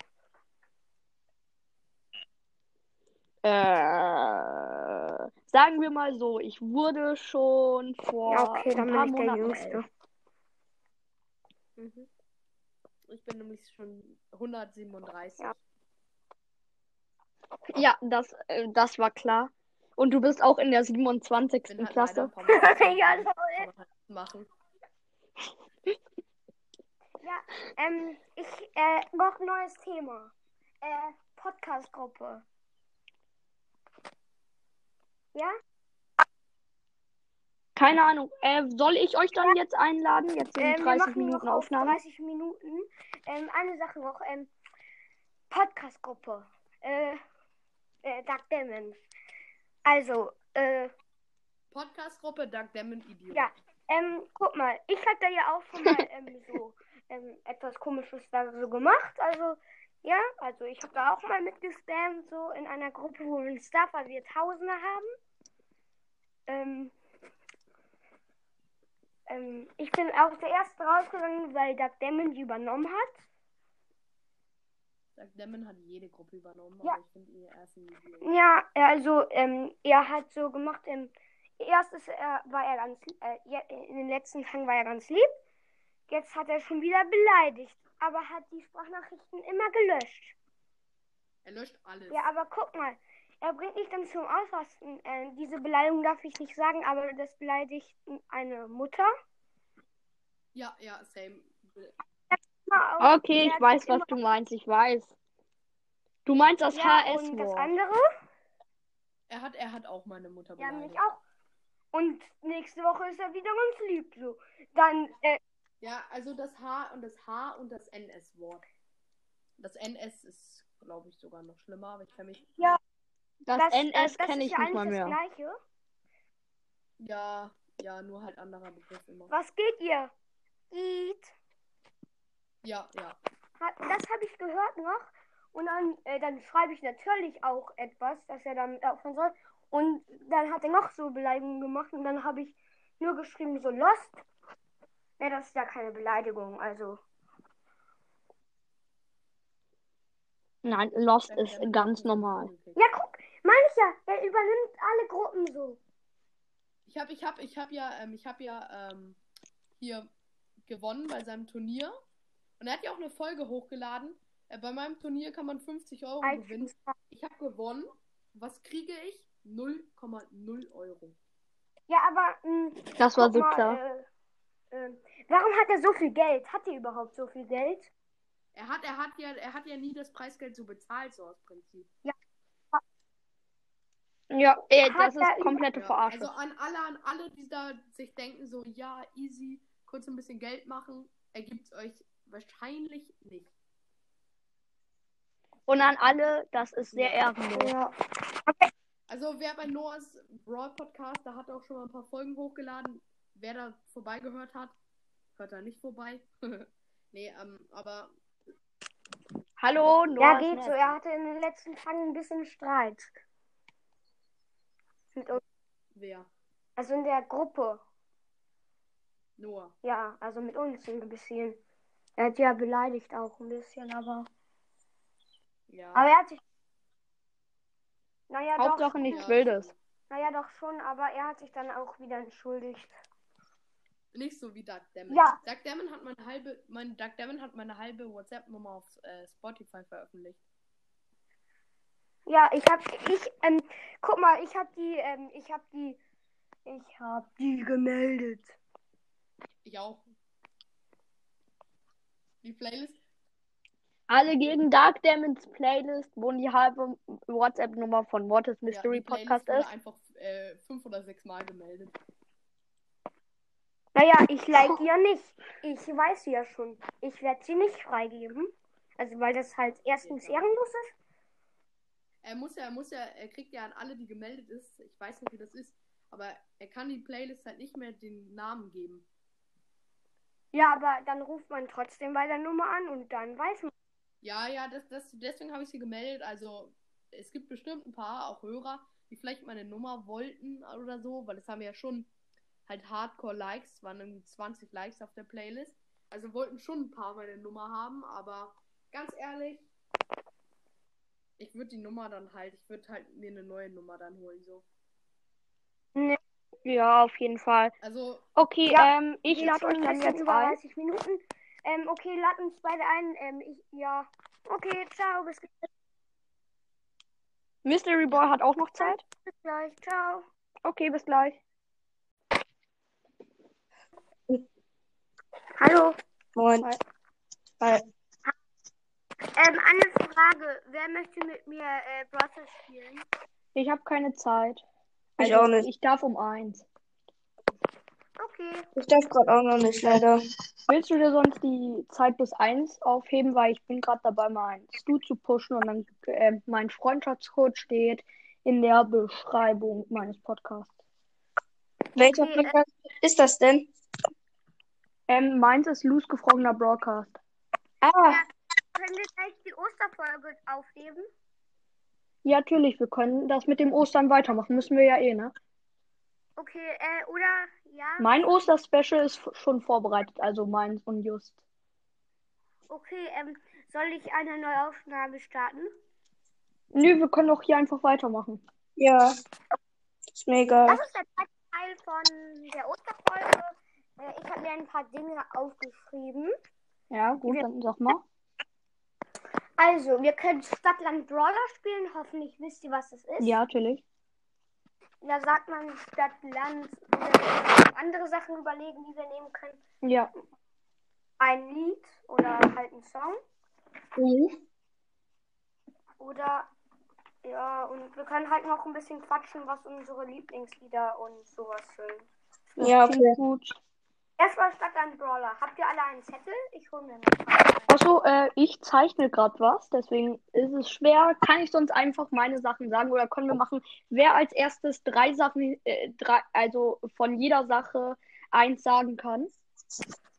B: Äh, sagen wir mal so, ich wurde schon vor
A: Ja, okay, dann bin
B: ein paar
A: ich der
B: Monaten
A: Jüngste.
B: elf.
C: Mhm. Ich bin nämlich schon 137.
A: Ja.
B: Ja, das, äh, das war klar. Und du bist auch in der
C: Ich
B: 27.
C: bin halt leider
B: Klasse.
A: (laughs)
C: ein paar Monate
A: Ja,
C: älter.
A: lol.
C: machen.
A: Ähm, ich, äh, noch ein neues Thema. Äh, Podcast-Gruppe. Ja?
B: Keine Ahnung. Äh, soll ich euch dann jetzt einladen? Jetzt in
A: Ähm, wir machen
B: 30
A: noch
B: Minuten
A: auf
B: Aufnahme.
A: 30 Minuten. Ähm, eine Sache noch. Ähm, Podcast-Gruppe. Äh, äh, Doug Demons. Also, äh,
C: Podcast-Gruppe Doug Demon Idiot.
A: Ja. ähm, guck mal. Ich hatte ja auch schon
B: (laughs)
A: mal ähm, so ähm, etwas Komisches da so gemacht. Also, ja, also ich habe da auch mal mitgespammt, so in einer Gruppe, wo wir einen Staff, weil wir Tausende haben. Ähm, ähm, ich bin auch zuerst rausgegangen, weil Doug Demon die übernommen hat.
C: Doug Demon hat jede Gruppe übernommen,
A: Ja.
C: aber ich finde ihr erst ein Idiot.
A: Ja, also ähm, er hat so gemacht, ähm, erst ist er, war er ganz, äh, je- in den letzten Tagen war er ganz lieb, jetzt hat er schon wieder beleidigt, aber hat die Sprachnachrichten immer gelöscht.
C: Er löscht alles.
A: Ja, aber guck mal, er bringt mich dann zum Ausrasten. Äh, diese Beleidigung darf ich nicht sagen, aber das beleidigt eine Mutter.
C: ja, ja, same.
A: Immer auch-
B: Okay,
A: Ja,
B: ich weiß, was du meinst. Ich weiß. Du meinst das
A: ja, und das
B: HS-Wort.
A: andere,
C: Er hat, er hat auch meine Mutter
A: ja,
C: beleidigt.
A: mich auch. Und nächste Woche ist er wieder ganz lieb, so. Dann, äh,
C: Ja, also das H und das H und das NS-Wort. Das NS ist, glaube ich, sogar noch schlimmer, aber ich kann mich.
B: Das,
A: das, äh,
B: NS
A: das
B: kenne
A: ist
B: ich
A: ja
B: nicht
A: eigentlich
B: mal
A: das
B: mehr.
A: Gleiche.
C: Ja, ja, nur halt anderer Begriff immer.
A: Was geht ihr? Eat.
C: Ja, ja.
A: Ha- Das habe ich gehört noch. Und dann, äh, dann schreibe ich natürlich auch etwas, dass er damit aufhören soll. Und dann hat er noch so Beleidigungen gemacht. Und dann habe ich nur geschrieben, so Lost. Ja, das ist ja keine Beleidigung. Also,
B: Nein, Lost
C: Doug
A: Äh,
B: ist
C: Demon
B: ganz
C: hat
B: normal.
C: gekriegt.
A: ja, guck, meine ich ja, er übernimmt alle Gruppen so.
C: Ich habe ich hab, ich hab ja, ähm, ich hab ja ähm, hier gewonnen bei seinem Turnier. Und er hat ja auch eine Folge hochgeladen. Äh, bei meinem Turnier kann man 50
A: Oh,
C: Euro gewinnen. Ich habe gewonnen. Was kriege ich? 0,0 Euro.
A: Ja, aber. Mh,
B: Das war so klar.
A: Äh, äh, warum hat er so viel Geld? Hat er überhaupt so viel Geld?
C: Er hat, er hat ja, er hat ja nie das Preisgeld so bezahlt, so aus Prinzip.
B: Ja, äh,
A: Hat
B: das
A: er
B: ist komplette
C: Ja,
B: Verarschung.
C: Also an alle, an alle, die da sich denken, so, ja, easy, kurz ein bisschen Geld machen, ergibt's euch wahrscheinlich nicht.
B: Und an alle, das ist sehr ehrenlos.
A: Ja.
C: Also wer bei Noahs Brawl Podcast, da hat er auch schon mal ein paar Folgen hochgeladen. Wer da vorbeigehört hat, hört da nicht vorbei. (laughs) nee, ähm, aber
A: Ja,
B: Hallo, Noah.
A: geht so. Er hatte in den letzten Tagen ein bisschen Streit. Mit uns,
C: wer?
A: also in der Gruppe.
C: Noah.
A: Ja, also mit uns ein bisschen. Er hat ja beleidigt auch ein bisschen, aber.
C: Ja.
B: Ah,
A: Aber er hat sich. Naja, doch.
B: Hauptsache nichts Wildes.
A: Naja, doch schon, aber er hat sich dann auch wieder entschuldigt.
C: Nicht so wie Doug Damon.
A: Ja.
C: Doug Damon hat meine halbe, mein Doug Damon hat meine halbe WhatsApp-Nummer auf äh, Spotify veröffentlicht.
A: Ja, ich hab. Ich, ähm, guck mal, ich hab die, ähm, ich hab die. Ich hab die gemeldet.
C: Ich auch. Die Playlist
B: Alle gegen Dark Demons Playlist, wo die halbe WhatsApp-Nummer von What is
C: Ja,
B: Mystery
C: die Playlist
B: Podcast
C: wurde
B: ist.
C: einfach äh, fünf oder sechs Mal gemeldet.
A: Naja, ich like die ja nicht. Ich weiß sie ja schon. Ich werde sie nicht freigeben. Also weil das halt erstens ehrenlos ist.
C: Er muss ja, er muss ja, er kriegt ja an alle, die gemeldet ist. Ich weiß nicht, wie das ist, aber er kann die Playlist halt nicht mehr den Namen geben.
A: Ja, aber dann ruft man trotzdem bei der Nummer an und dann weiß man.
C: Ja, ja, das, das, deswegen habe ich sie gemeldet. Also es gibt bestimmt ein paar, auch Hörer, die vielleicht meine Nummer wollten oder so, weil es haben ja schon halt Hardcore-Likes, waren irgendwie 20 Likes auf der Playlist. Also wollten schon ein paar meine Nummer haben, aber ganz ehrlich, ich würde die Nummer dann halt, ich würde halt mir eine neue Nummer dann holen, so.
B: Ja, auf jeden Fall.
C: Also,
B: Okay,
A: Ja,
B: ähm, ich
A: Geht
B: lade
A: schon
B: euch
A: ein
B: dann
A: bisschen
B: jetzt
A: über
B: ein.
A: 30 Minuten. Ähm, okay, lad uns beide ein. Ähm, ich, ja. Okay, ciao, bis
B: Mystery Boy hat auch noch Zeit.
A: gleich. Ciao.
B: Okay, bis gleich.
A: Hallo.
D: Moin.
B: Hi.
D: Hi.
A: Ähm, eine Frage. Wer möchte mit mir äh, Brawl Stars spielen?
B: Ich habe keine Zeit.
D: Ich
B: Also,
D: auch nicht.
B: Ich darf um eins.
A: Okay.
D: Ich darf gerade auch noch nicht, leider.
B: Willst du dir sonst die Zeit bis eins aufheben, weil ich bin gerade dabei, meinen Stu zu pushen und dann äh, mein Freundschaftscode steht in der Beschreibung meines Podcasts.
D: Welcher
A: Okay, äh,
D: Podcast ist das denn?
B: Ähm, meins ist loose gefrorener Broadcast.
D: Ah,
A: Können wir gleich die Osterfolge aufnehmen?
B: Ja, natürlich, wir können das mit dem Ostern weitermachen. Müssen wir ja eh, ne?
A: Okay, äh, oder ja.
B: Mein Osterspecial ist f- schon vorbereitet, also meins und Just.
A: Okay, ähm, soll ich eine Neuaufnahme starten?
B: Nö, wir können doch hier einfach weitermachen.
D: ja. Ist mir egal.
A: Das ist der zweite Teil von der Osterfolge. Äh, Ich habe mir ein paar Dinge aufgeschrieben.
B: Ja, gut, dann sag mal.
A: Also, wir können Stadtland Brawler spielen. Hoffentlich wisst ihr, was das ist.
B: Ja, natürlich.
A: Da sagt man Stadtland. Wir können andere Sachen überlegen, die wir nehmen können.
B: Ja.
A: Ein Lied oder halt ein Song.
D: Ah. Mhm.
A: Oder ja, und wir können halt noch ein bisschen quatschen, was unsere Lieblingslieder und sowas sind.
D: Ja, okay.
B: Klingt Gut.
A: Erstmal Stadtland Brawler. Habt ihr alle einen Zettel? Ich hole mir mal.
B: Achso, äh, ich zeichne gerade was, deswegen ist es schwer. Kann ich sonst einfach meine Sachen sagen oder können wir machen, wer als erstes drei Sachen, äh, drei, also von jeder Sache eins sagen kann?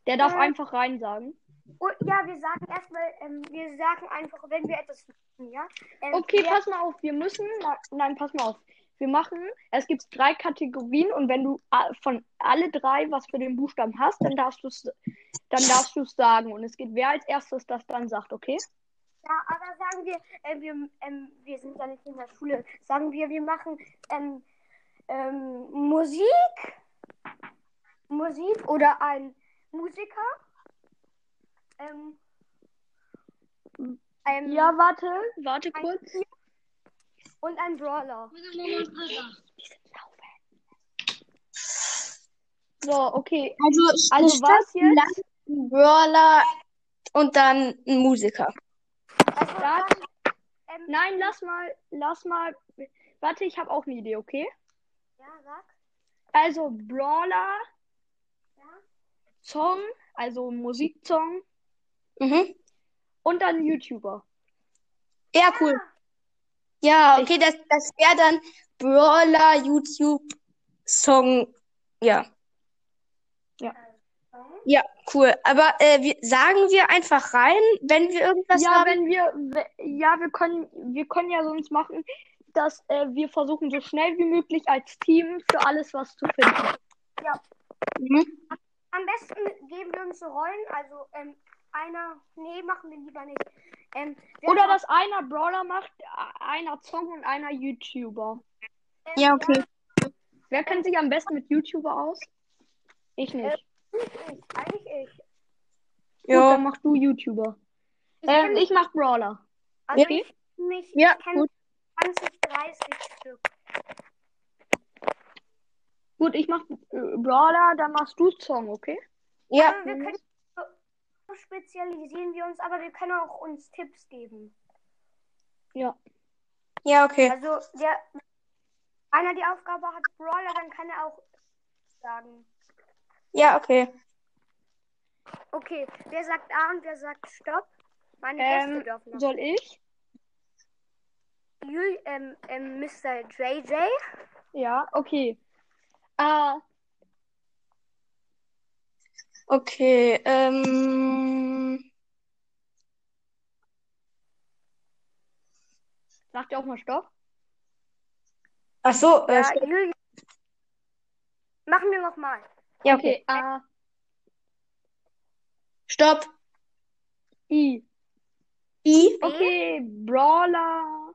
B: Der darf
A: Ja.
B: einfach rein sagen.
A: Und, Oh, ja, wir sagen erstmal, ähm, wir sagen einfach, wenn wir etwas wissen, ja? Ähm,
B: Okay,
A: wer-
B: pass mal auf, wir müssen. na- Nein, pass mal auf. Wir machen, es gibt drei Kategorien und wenn du a- von alle drei was für den Buchstaben hast, dann darfst du es dann darfst du's sagen. Und es geht, wer als erstes das dann sagt, okay?
A: Ja, aber sagen wir, äh, wir, ähm, wir sind ja nicht in der Schule. Sagen wir, wir machen ähm, ähm, Musik, Musik oder ein Musiker. Ähm, ein,
B: Ja, warte, warte kurz.
A: Und ein Brawler.
B: So, okay.
D: Also,
B: Also
D: also
B: was jetzt?
D: ein Brawler und dann ein Musiker.
A: Also,
B: Da-
A: dann, ähm,
B: Nein, lass mal, lass mal. Warte, ich habe auch eine Idee, okay?
A: Ja, sag.
B: Also Brawler,
A: Ja.
B: Song, also Musiksong
D: Mhm.
B: und dann YouTuber.
D: Ja, cool. Ja, okay, das, das wäre dann Brawler, YouTube, Song. Ja. Ja, cool. Aber äh, wir, sagen wir einfach rein, wenn wir irgendwas
B: ja,
D: haben.
B: wenn wir, we- ja, wir können, wir können ja sonst machen, dass äh, wir versuchen, so schnell wie möglich als Team für alles was zu finden.
D: Mhm.
A: Am besten geben wir uns so Rollen. Also, ähm, einer. Nee, machen wir lieber nicht. Ähm, wer-
B: Oder dass einer Brawler macht, a- einer Song und einer YouTuber.
A: ähm,
D: Ja, okay.
B: Wer kennt sich am besten mit YouTuber aus? Ich nicht.
A: ja, ich, eigentlich ich.
B: Gut,
D: Ja.
B: dann mach du YouTuber.
A: Ich
B: Ähm,
A: kenn-
B: ich mach Brawler.
A: Also
B: Okay.
A: ich kenn mich,
D: Ja,
A: ich kenne
D: gut.
A: 20, 30 Stück.
B: Gut, ich mach äh, Brawler, dann machst du Song, okay?
D: Ja, mhm.
A: aber wir können so spezialisieren wir uns, aber wir können auch uns Tipps geben.
D: ja, okay.
A: Also der einer die Aufgabe hat Brawler, dann kann er auch sagen.
D: Ja, okay.
A: Okay, wer sagt A und wer sagt Stopp? Meine
B: Ähm,
A: Gäste dürfen noch.
B: Soll ich?
A: Jul, ähm, ähm, Mr. JJ.
B: Ja, okay. Ah,
D: Okay, ähm,
B: sagt ihr auch mal Stopp?
D: ach so, äh,
A: Ja,
D: stopp.
A: Jul. Machen wir nochmal.
D: ja,
B: Okay,
D: okay.
B: A,
D: Stopp.
B: I.
D: I.
B: Okay, Brawler.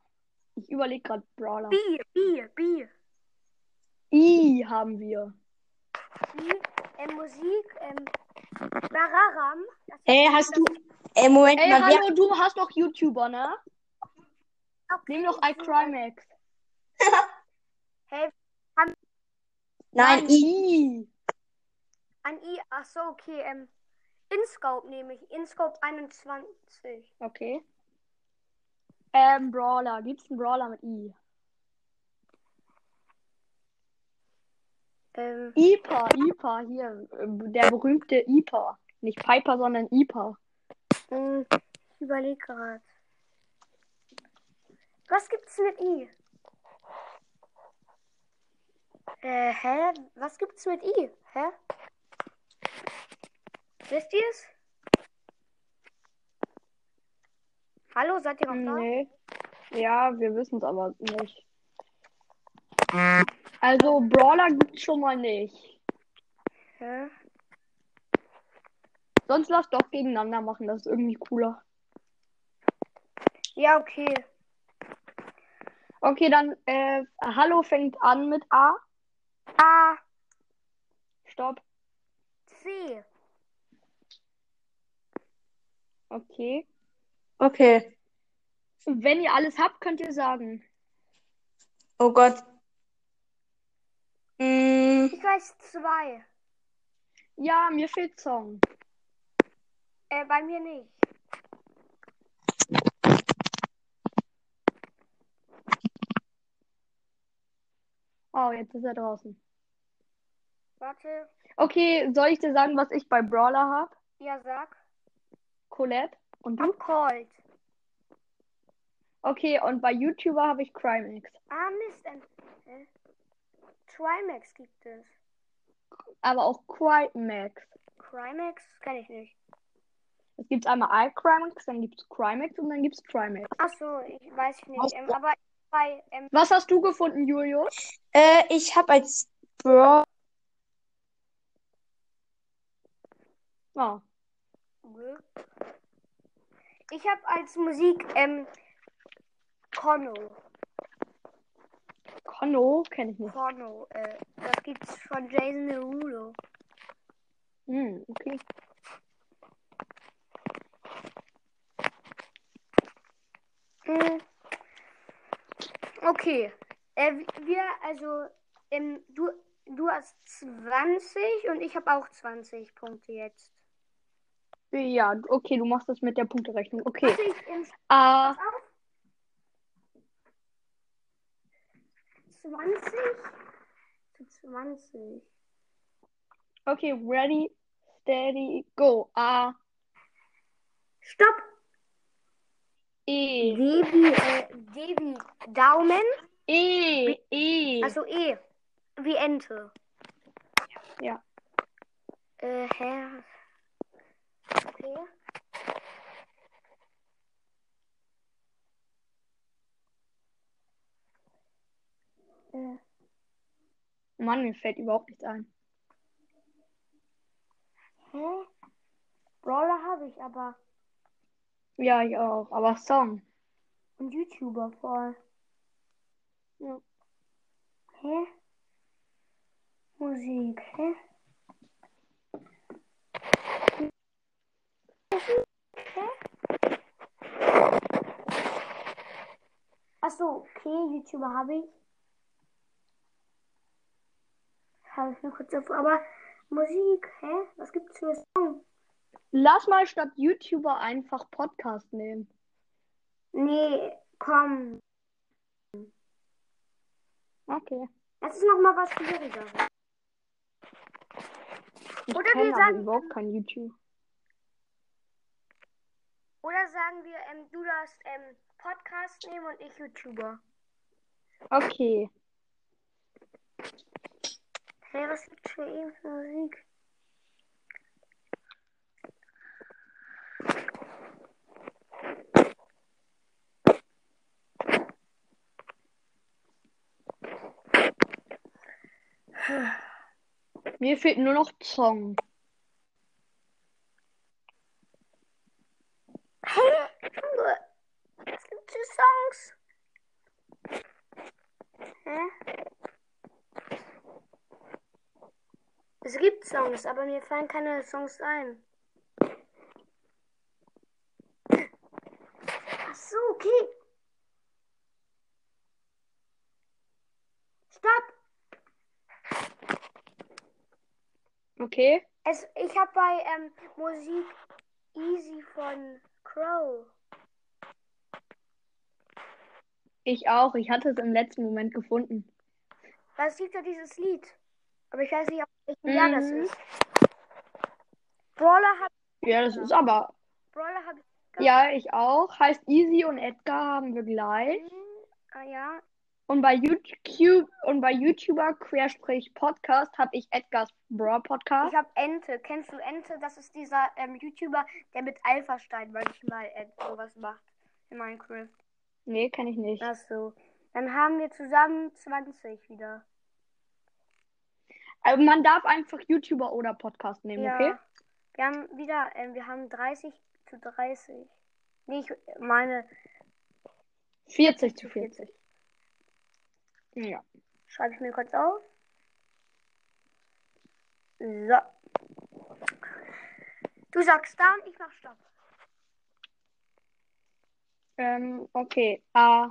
B: Ich überlege gerade Brawler.
A: B, B, B.
B: I haben wir.
A: B. Ähm, Musik, ähm, Bararam. Das
D: Hey, hast du, ey, äh, Moment
B: Ey,
D: mal, wer,
B: hallo, du hast doch YouTuber, ne? Nimm doch iCrimex.
D: nein, I.
B: I.
A: Ein I, ach so, okay. Ähm, InScope nehme ich. InScope 21.
B: Okay. Ähm, Brawler. Gibt's einen Brawler mit I?
A: Ähm,
B: Ipa, Ipa, hier. ähm, Der berühmte Ipa. Nicht Piper, sondern Ipa.
A: mh, ich überlege gerade. Was gibt's mit I? Äh, hä? Was gibt's mit I? Hä? Wisst ihr es? Hallo, seid ihr noch da?
B: Nee. Ja, wir wissen es aber nicht. Also, Brawler gibt's schon mal nicht.
A: Hä?
B: Sonst lass doch gegeneinander machen, das ist irgendwie cooler.
A: Ja, okay.
B: Okay, dann, äh, Hallo fängt an mit A.
A: A,
B: Stopp.
A: C.
B: Okay.
D: Okay.
B: Wenn ihr alles habt, könnt ihr sagen.
D: Oh Gott. Mm,
A: Ich weiß zwei.
B: Ja, mir fehlt Song.
A: Äh, bei mir nicht.
B: Oh, jetzt ist er draußen.
A: Warte.
B: Okay, soll ich dir sagen, was ich bei Brawler hab?
A: Ja, sag.
B: Colette. Und du?
A: Am Cold.
B: Okay, und bei YouTuber habe ich Crimex.
A: Ah, Mist. Ähm, äh, Trimax gibt es.
B: Aber auch Crimex.
A: Crimax kenne ich nicht.
B: Es gibt einmal iCrimex, dann gibt's Crimex und dann gibt's Trimax.
A: Ach so, ich weiß ich
D: Auch-
A: nicht. Ähm, aber bei ähm,
B: Was hast du gefunden, Julius?
D: äh, ich habe als Bro
B: Ah,
A: ich habe als Musik ähm, Conno.
B: Conno kenne ich nicht.
A: Conno. Äh, das gibt's von Jason Derulo.
B: Hm, okay.
A: Hm. Okay. Äh, wir, also, ähm, du, du hast 20 und ich habe auch 20 Punkte jetzt.
B: Ja, okay, du machst das mit der Punkterechnung. Okay.
A: Also ich ähm,
B: Ah,
A: 20 zu 20.
B: okay, ready, steady, go. Ah, A,
A: Stopp!
B: E,
A: Devi, äh, Devi, Daumen,
B: E, E.
A: also E, wie Ente.
B: Ja.
A: Äh, hä? Okay.
B: Mann, mir fällt überhaupt nichts ein.
A: Hä? Brawler habe ich aber.
B: Ja, ich auch. Aber Song.
A: Und YouTuber voll.
B: Ja.
A: Hä? Musik, hä? Achso, okay, YouTuber habe ich. Habe ich mir kurz auf, aber Musik, hä? Was gibt's für Song?
B: Lass mal statt YouTuber einfach Podcast nehmen.
A: Nee, komm.
B: Okay.
A: Das ist nochmal was schwierigeres.
B: Ich
A: Oder
B: kenn
A: wir
B: aber
A: sagen-
B: überhaupt kein YouTube.
A: Oder sagen wir, ähm, du darfst ähm, Podcast nehmen und ich YouTuber.
B: Okay.
A: Hey, was gibt's für eben für Musik?
B: Mir fehlt nur noch Song.
A: Was gibt's für Songs? Hä? Es gibt Songs, aber mir fallen keine Songs ein. Ach so, okay. Stopp!
B: Okay.
A: Es, ich habe bei ähm, Musik Easy von Crow.
B: Ich auch. Ich hatte es im letzten Moment gefunden.
A: Das gibt ja dieses Lied. Aber ich weiß nicht, aus welchem Jahr das
B: Mhm.
A: ist. Brawler habe
B: Ja, das ist aber.
A: Brawler hab ich.
B: Ja, ich auch. Heißt Easy und Edgar haben wir gleich.
A: Ah ja.
B: Und bei YouTube und bei YouTuber Querstrich Podcast habe ich Edgars Bra Podcast.
A: Ich habe Ente. Kennst du Ente? Das ist dieser ähm, YouTuber, der mit Alpha-Stein manchmal äh, sowas macht. In Minecraft.
B: Nee, kenne ich nicht.
A: Ach so. Dann haben wir zusammen 20 wieder.
B: Also man darf einfach YouTuber oder Podcast nehmen,
A: Ja.
B: okay?
A: Wir haben wieder, ähm, wir haben 30 zu 30. Nee, ich meine,
B: 40 zu 40. Ja.
A: schreibe ich mir kurz auf. So. Du sagst dann, ich mach Stopp.
B: Ähm, okay. Ah,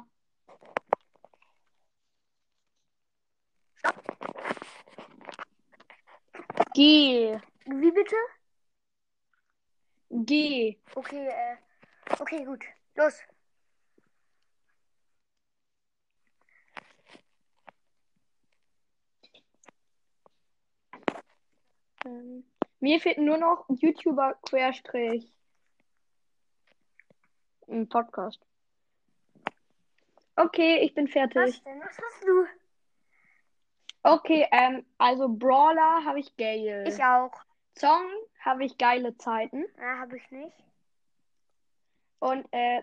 B: G.
A: Wie bitte?
B: G.
A: Okay, äh, okay, gut. Los.
B: Ähm, mir fehlt nur noch YouTuber Querstrich. Ein Podcast. Okay, ich bin fertig.
A: Was denn? Was hast du?
B: Okay, ähm, also Brawler habe ich Gale.
A: Ich auch.
B: Song habe ich geile Zeiten.
A: Na, habe ich nicht.
B: Und äh,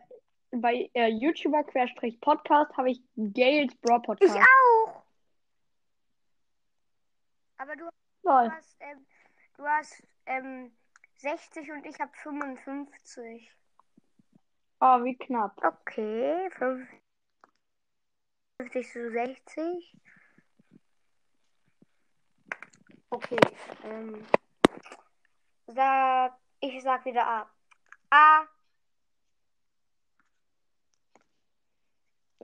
B: bei äh, YouTuber Querstrich Podcast habe ich Gales Bra
A: Ich
B: Podcast.
A: auch. Aber du
B: Lol.
A: hast, ähm, du hast ähm, 60 und ich habe 55.
B: Oh, wie knapp.
A: Okay, 50 zu 60. Okay, ähm, sag, ich sag wieder A. A,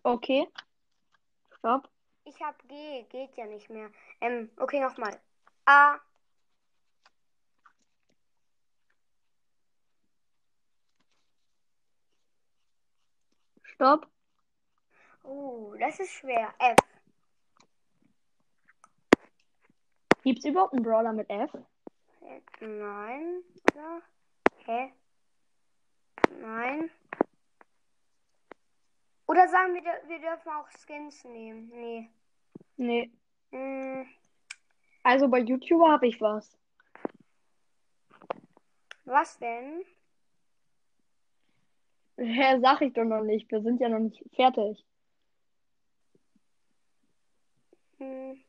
B: Okay. Stopp.
A: ich hab G, geht ja nicht mehr. Ähm, okay, nochmal. A,
B: Stopp.
A: oh, das ist schwer. F,
B: Gibt's überhaupt einen Brawler mit F?
A: äh, nein, oder? Hä? Nein. Oder sagen wir, dür- wir dürfen auch Skins nehmen? Nee.
B: Nee.
A: Hm.
B: Also bei YouTuber habe ich was.
A: Was denn?
B: Hä, sag ich doch noch nicht. Wir sind ja noch nicht fertig.
A: Hm.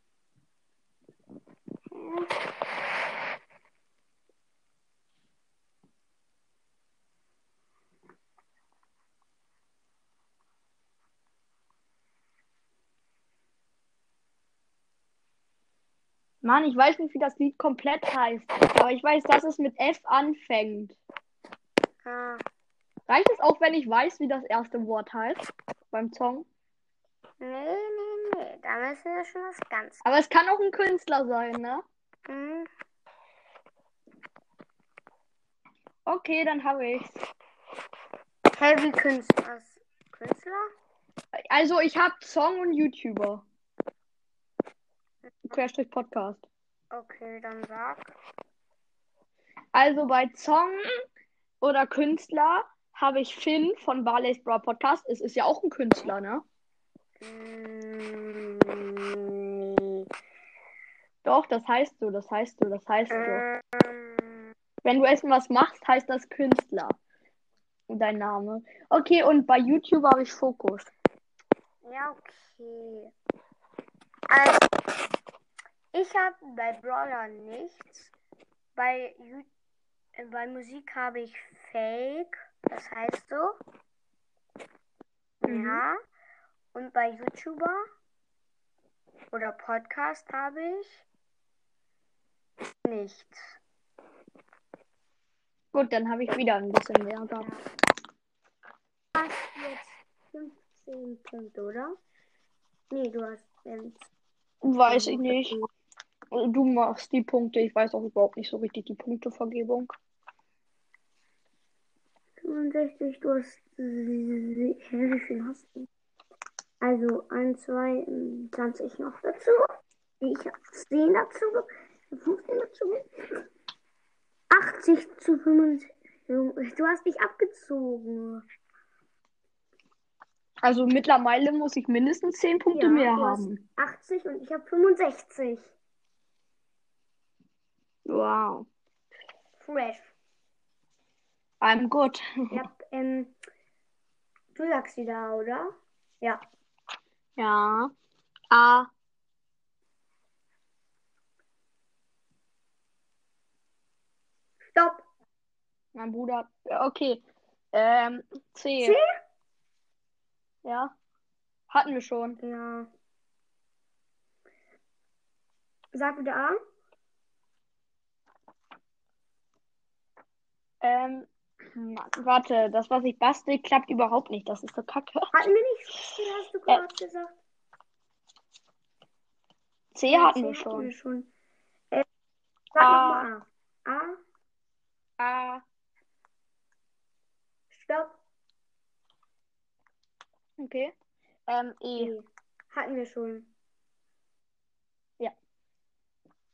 B: Mann, ich weiß nicht, wie das Lied komplett heißt. Aber ich weiß, dass es mit F anfängt.
A: Ah,
B: Reicht es auch, wenn ich weiß, wie das erste Wort heißt? Beim Song?
A: nee, nee, nee. Da müssen wir schon was ganz.
B: Aber es kann auch ein Künstler sein, ne?
A: Hm.
B: Okay, dann habe ich's.
A: Heavy Künstler. Was? Künstler?
B: Also, ich habe Song und YouTuber. Querstrich Podcast.
A: Okay, dann sag.
B: Also bei Song oder Künstler habe ich Finn von Barley's Bra Podcast. Es ist ja auch ein Künstler, ne?
A: Hm.
B: Doch, das heißt so, das heißt so, das heißt so.
A: Ähm,
B: Wenn du Essen was machst, heißt das Künstler. Und Dein Name. Okay, und bei YouTube habe ich Fokus.
A: ja, okay. Also, ich habe bei Brawler nichts. Bei, Ju- äh, bei Musik habe ich Fake. Das heißt so.
B: Mhm.
A: Ja. Und bei YouTuber oder Podcast habe ich nichts.
B: Gut, dann habe ich wieder ein bisschen mehr gehabt.
A: Du hast jetzt 15 Punkte, oder? Nee, du hast ähm,
B: Weiß ich nicht. du machst die Punkte. Ich weiß auch überhaupt nicht so richtig die Punktevergebung.
A: 65, du hast. sie- Hä, wie viel hast du? Also 1, 2, 20 noch dazu. Ich habe 10 dazu. 15 dazu. 80 zu 65. Junge, Du hast dich abgezogen.
B: Also mittlerweile muss ich mindestens 10 Punkte
A: Ja,
B: mehr
A: du hast-
B: haben.
A: 80 und ich habe 65.
B: Wow.
A: Fresh.
B: I'm good.
A: Ich hab, ähm, du sagst wieder, oder? Ja.
B: Ja. Ah.
A: Stopp.
B: Mein Bruder. Okay. Ähm, C.
A: C?
B: Ja. Hatten wir schon.
A: Ja. Sag wieder A.
B: Ähm, Mann, warte, das, was ich bastel, klappt überhaupt nicht. Das ist so kacke.
A: Hatten wir nicht? Wie hast du gerade gesagt?
B: C hatten
A: C
B: wir schon.
A: wir schon. Äh, sag Ah,
B: A.
A: nochmal A. A.
B: A.
A: Stopp.
B: Okay. Ähm, E.
A: E. Hatten wir schon.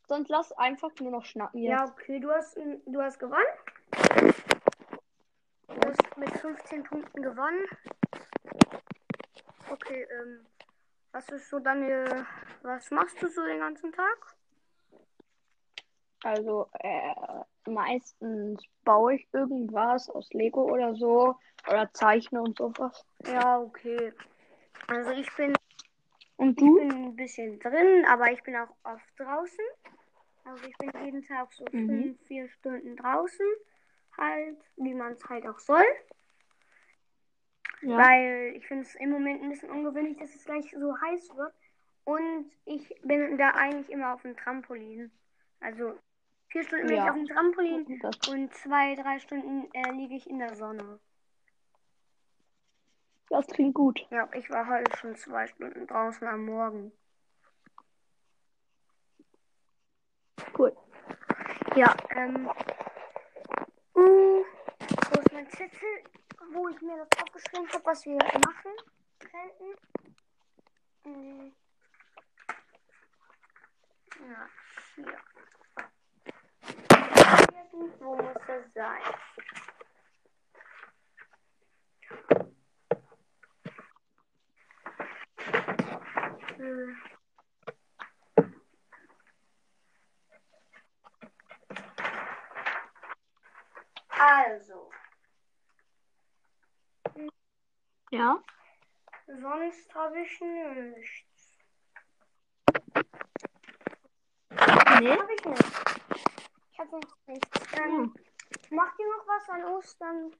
B: Sonst lass einfach nur noch schnacken jetzt.
A: Ja, okay. Du hast, n- du hast gewonnen. Du hast mit 15 Punkten gewonnen. Okay, ähm, was ist so deine, was machst du so den ganzen Tag?
B: Also äh, meistens baue ich irgendwas aus Lego oder so oder zeichne und sowas.
A: Ja, okay. Also ich bin,
B: Und
A: ich
B: du?
A: bin ein bisschen drin, aber ich bin auch oft draußen. Also ich bin jeden Tag so
B: Mhm.
A: fünf, vier Stunden draußen. Halt, wie man es halt auch soll.
B: (laughs) Ja.
A: Weil ich finde es im Moment ein bisschen ungewöhnlich, dass es gleich so heiß wird. Und ich bin da eigentlich immer auf dem Trampolin. Also vier Stunden bin
B: Ja.
A: ich auf dem Trampolin
B: Das,
A: und zwei, drei Stunden äh, liege ich in der Sonne.
B: das klingt gut.
A: Ja, ich war heute schon zwei Stunden draußen am Morgen.
B: Cool.
A: Ja, ähm. Uh, wo ist mein Zettel, wo ich mir das aufgeschrieben habe, was wir machen könnten? Hm. Na, hier. Irgendwo muss das sein. Hm. Also,
B: Ja.
A: sonst habe ich nichts.
B: Nee. Hm.
A: Habe ich nichts. Ich habe sonst nichts. Ähm, Macht ihr noch was an Ostern?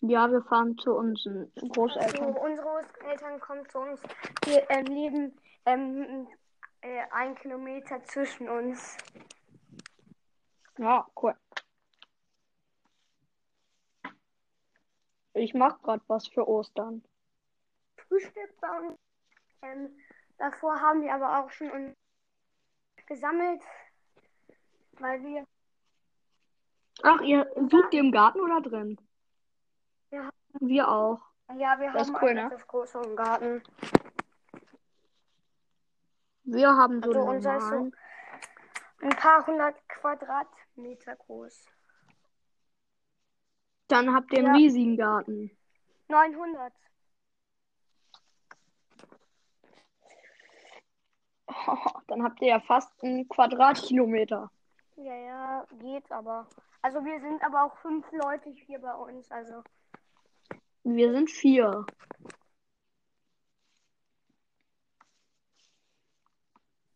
B: Ja, wir fahren zu unseren
A: Also,
B: Großeltern.
A: unsere Eltern kommen zu uns. Wir ähm, leben ähm, äh, ein Kilometer zwischen uns.
B: Ja, cool. Ich mache gerade was für Ostern.
A: Frühstück bei uns. Ähm, davor haben wir aber auch schon uns gesammelt, weil wir
B: Ach, ihr sucht ihr im Garten oder drin?
A: Ja.
B: Wir auch.
A: ja wir
B: Das ist
A: haben
B: cool,
A: einen
B: ne?
A: relativ großen Garten.
B: Wir haben so
A: Also
B: einen
A: unser ist so-
B: normalen.
A: Ein paar hundert Quadratmeter groß.
B: Dann habt ihr einen
A: Ja.
B: riesigen Garten.
A: 900.
B: (laughs) Dann habt ihr ja fast einen Quadratkilometer.
A: Ja, ja, geht aber. Also wir sind aber auch fünf Leute hier bei uns. Also
B: Wir sind vier.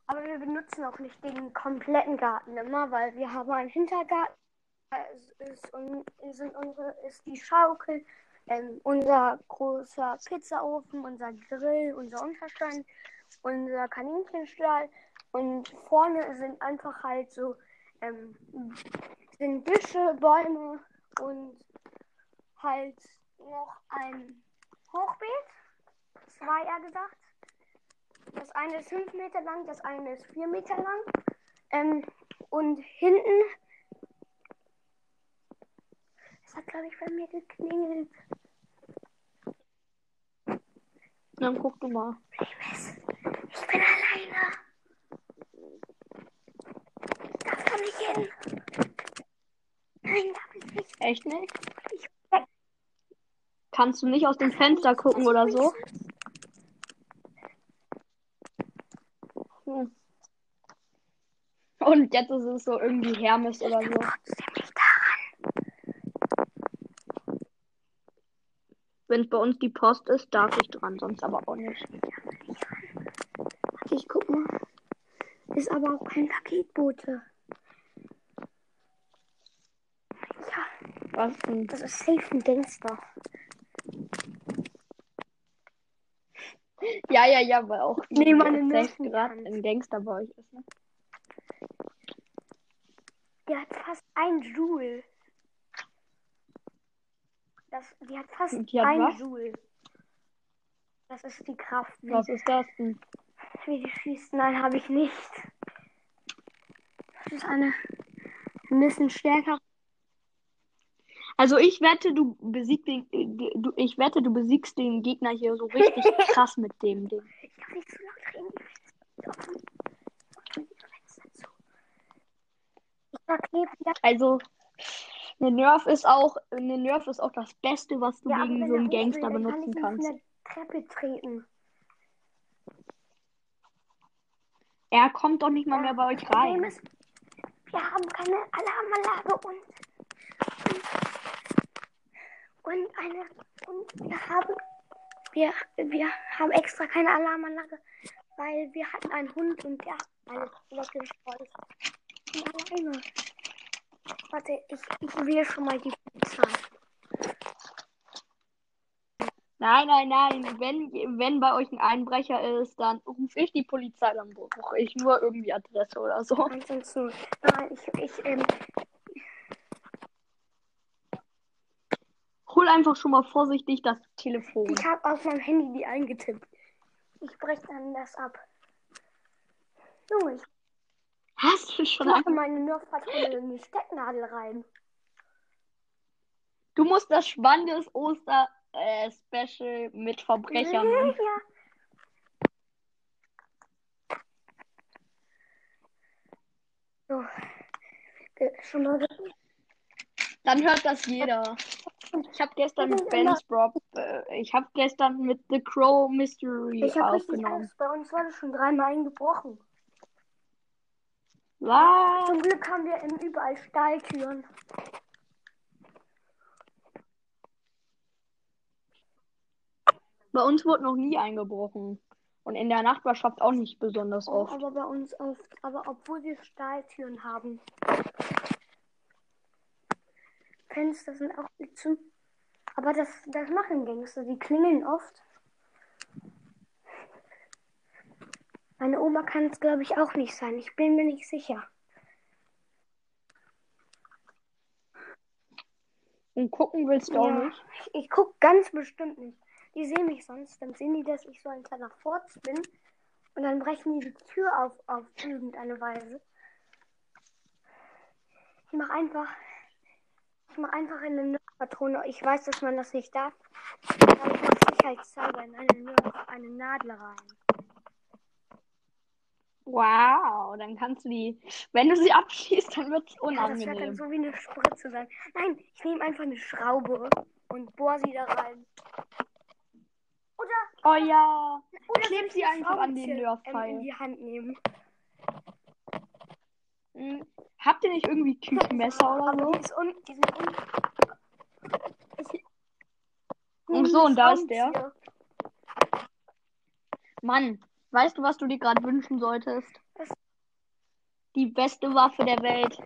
A: Aber wir benutzen auch nicht den kompletten Garten immer, weil wir haben einen Hintergarten. Da ist, ist, un- sind unsere, ist die Schaukel, ähm, unser großer Pizzaofen, unser Grill, unser Unterstand, unser Kaninchenstall. Und vorne sind einfach halt so ähm, sind Büsche, Bäume und halt noch ein Hochbeet. Zwei, eher gesagt. Das eine ist 5 Meter lang, das eine ist 4 Meter lang. Ähm, und hinten. Es hat, glaube ich, bei mir geklingelt.
B: Dann guck du mal.
A: Ich bin alleine. Da komme ich hin. Nein, darf ich nicht.
B: Echt nicht? Kannst du nicht aus dem Fenster gucken oder so? Hm. Und jetzt ist es so irgendwie Hermes oder so. Wenn es bei uns die Post ist, darf ich dran, sonst aber auch nicht.
A: Warte, ich guck mal. Ist aber auch kein Paketbote. Ja,
B: Was denn?
A: das ist safe ein Gangster.
B: Ja, ja, ja, weil auch
A: Nee, meine
B: Nerven
A: Nerven
B: gerade
A: kann's.
B: ein Gangster bei euch ist. Ne?
A: Die hat fast ein Joule. Das, die hat fast
B: Die hat
A: ein
B: was?
A: Joule. Das ist die Kraft. Wie,
B: Was ist das denn?
A: wie die schießt? Nein, habe ich nicht. Das ist eine ein bisschen stärker.
B: Also ich wette, du besiegst den, äh, du, ich wette, du besiegst den Gegner hier so (laughs) richtig krass mit dem Ding.
A: Ich darf nicht zu laut reden. Die Fenster sind offen. Und die Fenster zu. Da klebt ja.
B: Also eine Nerf ist auch, eine Nerf ist auch das Beste, was du
A: ja, aber
B: gegen
A: wenn
B: so
A: er
B: einen
A: hoch will,
B: Gangster
A: dann kann
B: benutzen
A: ich ihn
B: kannst.
A: Von der Treppe treten.
B: Er kommt doch nicht mal
A: Ja,
B: mehr bei euch
A: Problem
B: rein.
A: ist, wir haben keine Alarmanlage und, und eine und wir haben wir, wir haben extra keine Alarmanlage, weil wir hatten einen Hund und der hat alles weggestreut. Ich bin alleine. Warte, ich, ich wähle schon mal die Polizei.
B: Nein, nein, nein. Wenn, wenn bei euch ein Einbrecher ist, dann rufe ich die Polizei, dann brauche ich nur irgendwie Adresse oder so.
A: 110. Nein, ich, ich, ähm,
B: Hol einfach schon mal vorsichtig das (laughs) Telefon.
A: ich habe auf meinem Handy die eingetippt. Ich breche dann das ab. Junge, ich
B: Hast du schon
A: mache meine Nerfpatrone in die Stecknadel rein.
B: Du musst das spannendes Oster-Special mit Verbrechern. machen.
A: Ja. So. Äh, Schon mal
B: Dann hört das jeder. Ich habe gestern mit Ben's Rob, äh, ich habe gestern mit The Crow Mystery
A: ich habe richtig
B: aufgenommen.
A: Angst. Bei uns wurde schon dreimal eingebrochen.
B: Was?
A: Zum Glück haben wir eben überall Stahltüren.
B: Bei uns wurde noch nie eingebrochen. Und in der Nachbarschaft auch nicht besonders oft.
A: Oh, Aber bei uns oft. Aber obwohl wir Stahltüren haben. Fenster sind auch zu. Aber das, das machen Gangster. Die klingeln oft. Meine Oma kann es, glaube ich, auch nicht sein. Ich bin mir nicht sicher.
B: Und gucken willst du auch
A: Ja.
B: nicht.
A: Ich gucke ganz bestimmt nicht. Die sehen mich sonst. Dann sehen die, dass ich so ein kleiner Furz bin. Und dann brechen die die Tür auf, auf irgendeine Weise. Ich mache einfach. Ich mache einfach eine Nerf-Patrone. Ich weiß, dass man das nicht darf. Aber ich mache sicherheitshalber in eine, Nerf- eine Nadel rein.
B: Wow, dann kannst du die. Wenn du sie (laughs) abschießt, dann wird es
A: Ja, das wird dann
B: unangenehm.
A: so wie eine Spritze sein. Nein, ich nehme einfach eine Schraube und bohr sie da rein. Oder
B: Oh ja.
A: Oder
B: Kleb
A: soll ich
B: sie
A: das
B: einfach an den
A: Schraubenzieher,
B: Nerfpfeil.
A: ähm, in die Hand nehmen.
B: Hm. Habt ihr nicht irgendwie Küchenmesser oder
A: Aber
B: so?
A: die ist un die sind un ich
B: Und so, und da ist der.
A: Schraubenzieher.
B: Mann, weißt du, was du dir gerade wünschen solltest?
A: Was?
B: Die beste Waffe der Welt.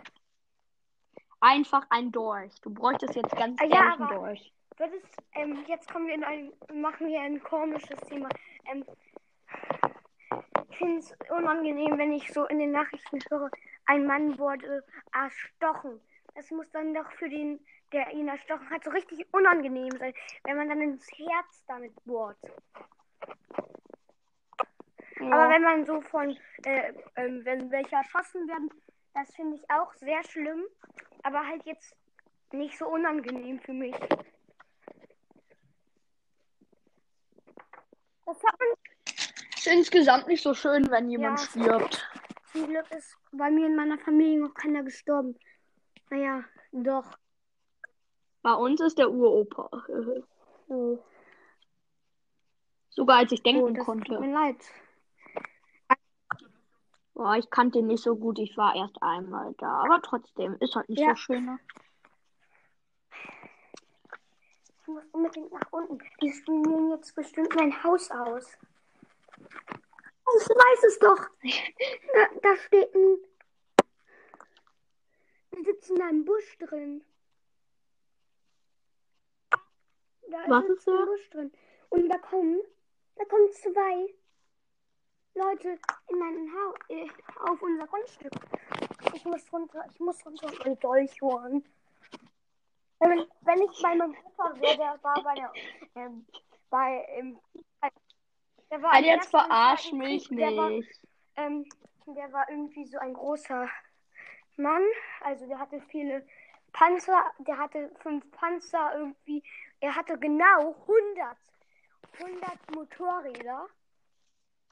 B: Einfach ein Dolch. Du bräuchtest jetzt ganz
A: Ah,
B: ehrlich
A: ja,
B: einen
A: aber-
B: Dolch.
A: Das ist, ähm, jetzt kommen wir in ein, machen wir ein komisches Thema. Ähm, ich finde es unangenehm, wenn ich so in den Nachrichten höre, ein Mann wurde erstochen. Das muss dann doch für den, der ihn erstochen hat, so richtig unangenehm sein, wenn man dann ins Herz damit bohrt. Aber wenn man so von, äh, ähm, wenn welche erschossen werden, das finde ich auch sehr schlimm. Aber halt jetzt nicht so unangenehm für mich. Das hat man
B: Ist insgesamt nicht so schön, wenn jemand
A: Ja.
B: stirbt.
A: zum Glück ist bei mir in meiner Familie noch keiner gestorben. Naja, doch.
B: Bei uns ist der Uropa. äh,
A: So.
B: Sogar als ich
A: Oh,
B: denken
A: das tut
B: konnte.
A: mir leid.
B: Boah, ich kannte ihn nicht so gut. Ich war erst einmal da. Aber trotzdem, ist halt nicht
A: Ja.
B: so schön. ne?
A: Ich muss unbedingt nach unten. Die spielen jetzt bestimmt mein Haus aus. Ich weiß es
B: (laughs)
A: doch. Da, da steht ein. Wir sitzen da im Busch drin. Da
B: Was
A: sitzt
B: ist da?
A: ein Busch drin. Und da kommen, da kommen zwei Leute in mein Haus, äh, auf unser Grundstück. Ich muss runter, ich muss runter und mein Dolch holen. Ähm, wenn ich bei meinem Papa wäre, der war bei der, ähm, bei, ähm, der war
B: Alter,
A: im
B: jetzt
A: Ersten und
B: verarsch
A: Zweiten
B: mich
A: Krieg, Der war,
B: nicht.
A: ähm, der war irgendwie so ein großer Mann. Also der hatte viele Panzer. Der hatte fünf Panzer irgendwie. Er hatte genau 100, 100 Motorräder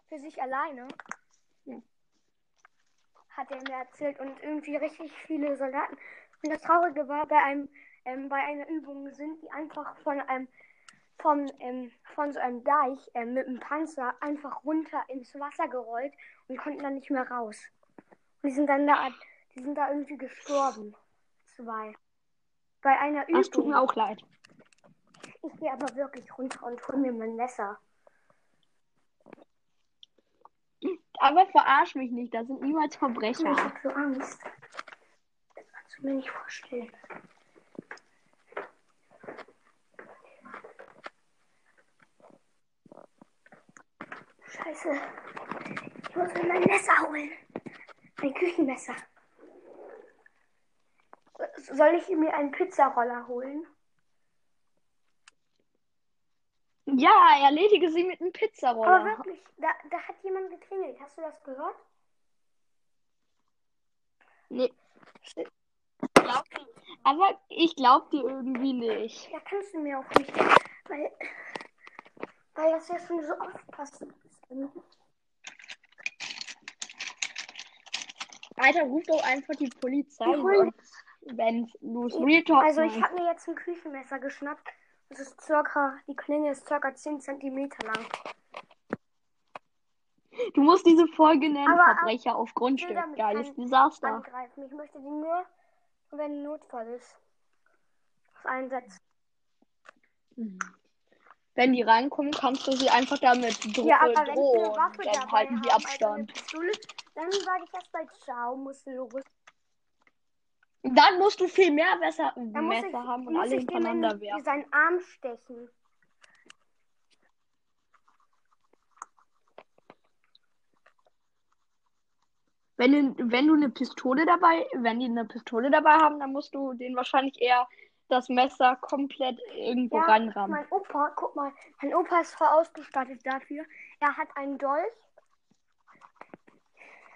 A: für sich alleine. Hat er mir erzählt. Und irgendwie richtig viele Soldaten. Und das Traurige war, bei einem, ähm, bei einer Übung sind die einfach von einem vom, ähm, von so einem Deich ähm, mit einem Panzer einfach runter ins Wasser gerollt und konnten dann nicht mehr raus. Und die sind dann da, die sind da irgendwie gestorben. Zwei. Bei einer Übung.
B: Das tut mir auch leid.
A: Ich gehe aber wirklich runter und hol mir mein Messer.
B: Aber verarsch mich nicht. Da sind niemals
A: Ich
B: Verbrecher.
A: habe so Angst. Das kannst du mir nicht vorstellen. Scheiße. Ich muss mir mein Messer holen. Mein Küchenmesser. So- Soll ich mir einen Pizzaroller holen?
B: Ja, erledige sie mit einem
A: Aber
B: Pizzaroller.
A: wirklich, da, da hat jemand geklingelt. Hast du das gehört?
B: Nee. Aber ich glaub dir irgendwie nicht.
A: Ja, kannst du mir auch nicht. Weil, weil das ja schon so aufpassen ist.
B: Oh, Alter, ruf doch einfach die Polizei,
A: Ich hol-
B: wenn du es real talk
A: Also ich
B: meinst.
A: habe mir jetzt ein Küchenmesser geschnappt. Das ist circa, die Klinge ist circa 10 cm lang.
B: Du musst diese Folge nennen,
A: Aber-
B: Verbrecher auf Grundstück.
A: will damit
B: Geiles
A: keinen
B: Desaster.
A: Angreifen. Ich möchte die nur, wenn ein Notfall ist, einsetzen.
B: Wenn die reinkommen, kannst du sie einfach damit dro
A: Ja, aber wenn ich
B: drohen.
A: eine Waffe
B: Oh, Dann
A: dabei
B: halten die
A: habe, also eine
B: Abstand.
A: Pistole, dann sage ich erst mal Ciao, muss los.
B: Dann musst du viel mehr Messer,
A: Dann muss
B: Messer
A: ich,
B: haben und
A: muss
B: alle
A: ich dem
B: hintereinander
A: in, in
B: werfen.
A: seinen Arm stechen.
B: Wenn, du- wenn du eine Pistole dabei, wenn die eine Pistole dabei haben, dann musst du denen wahrscheinlich eher das Messer komplett irgendwo
A: Ja,
B: reinrammen.
A: Mein Opa, guck mal, mein Opa ist voll ausgestattet dafür. Er hat einen Dolch.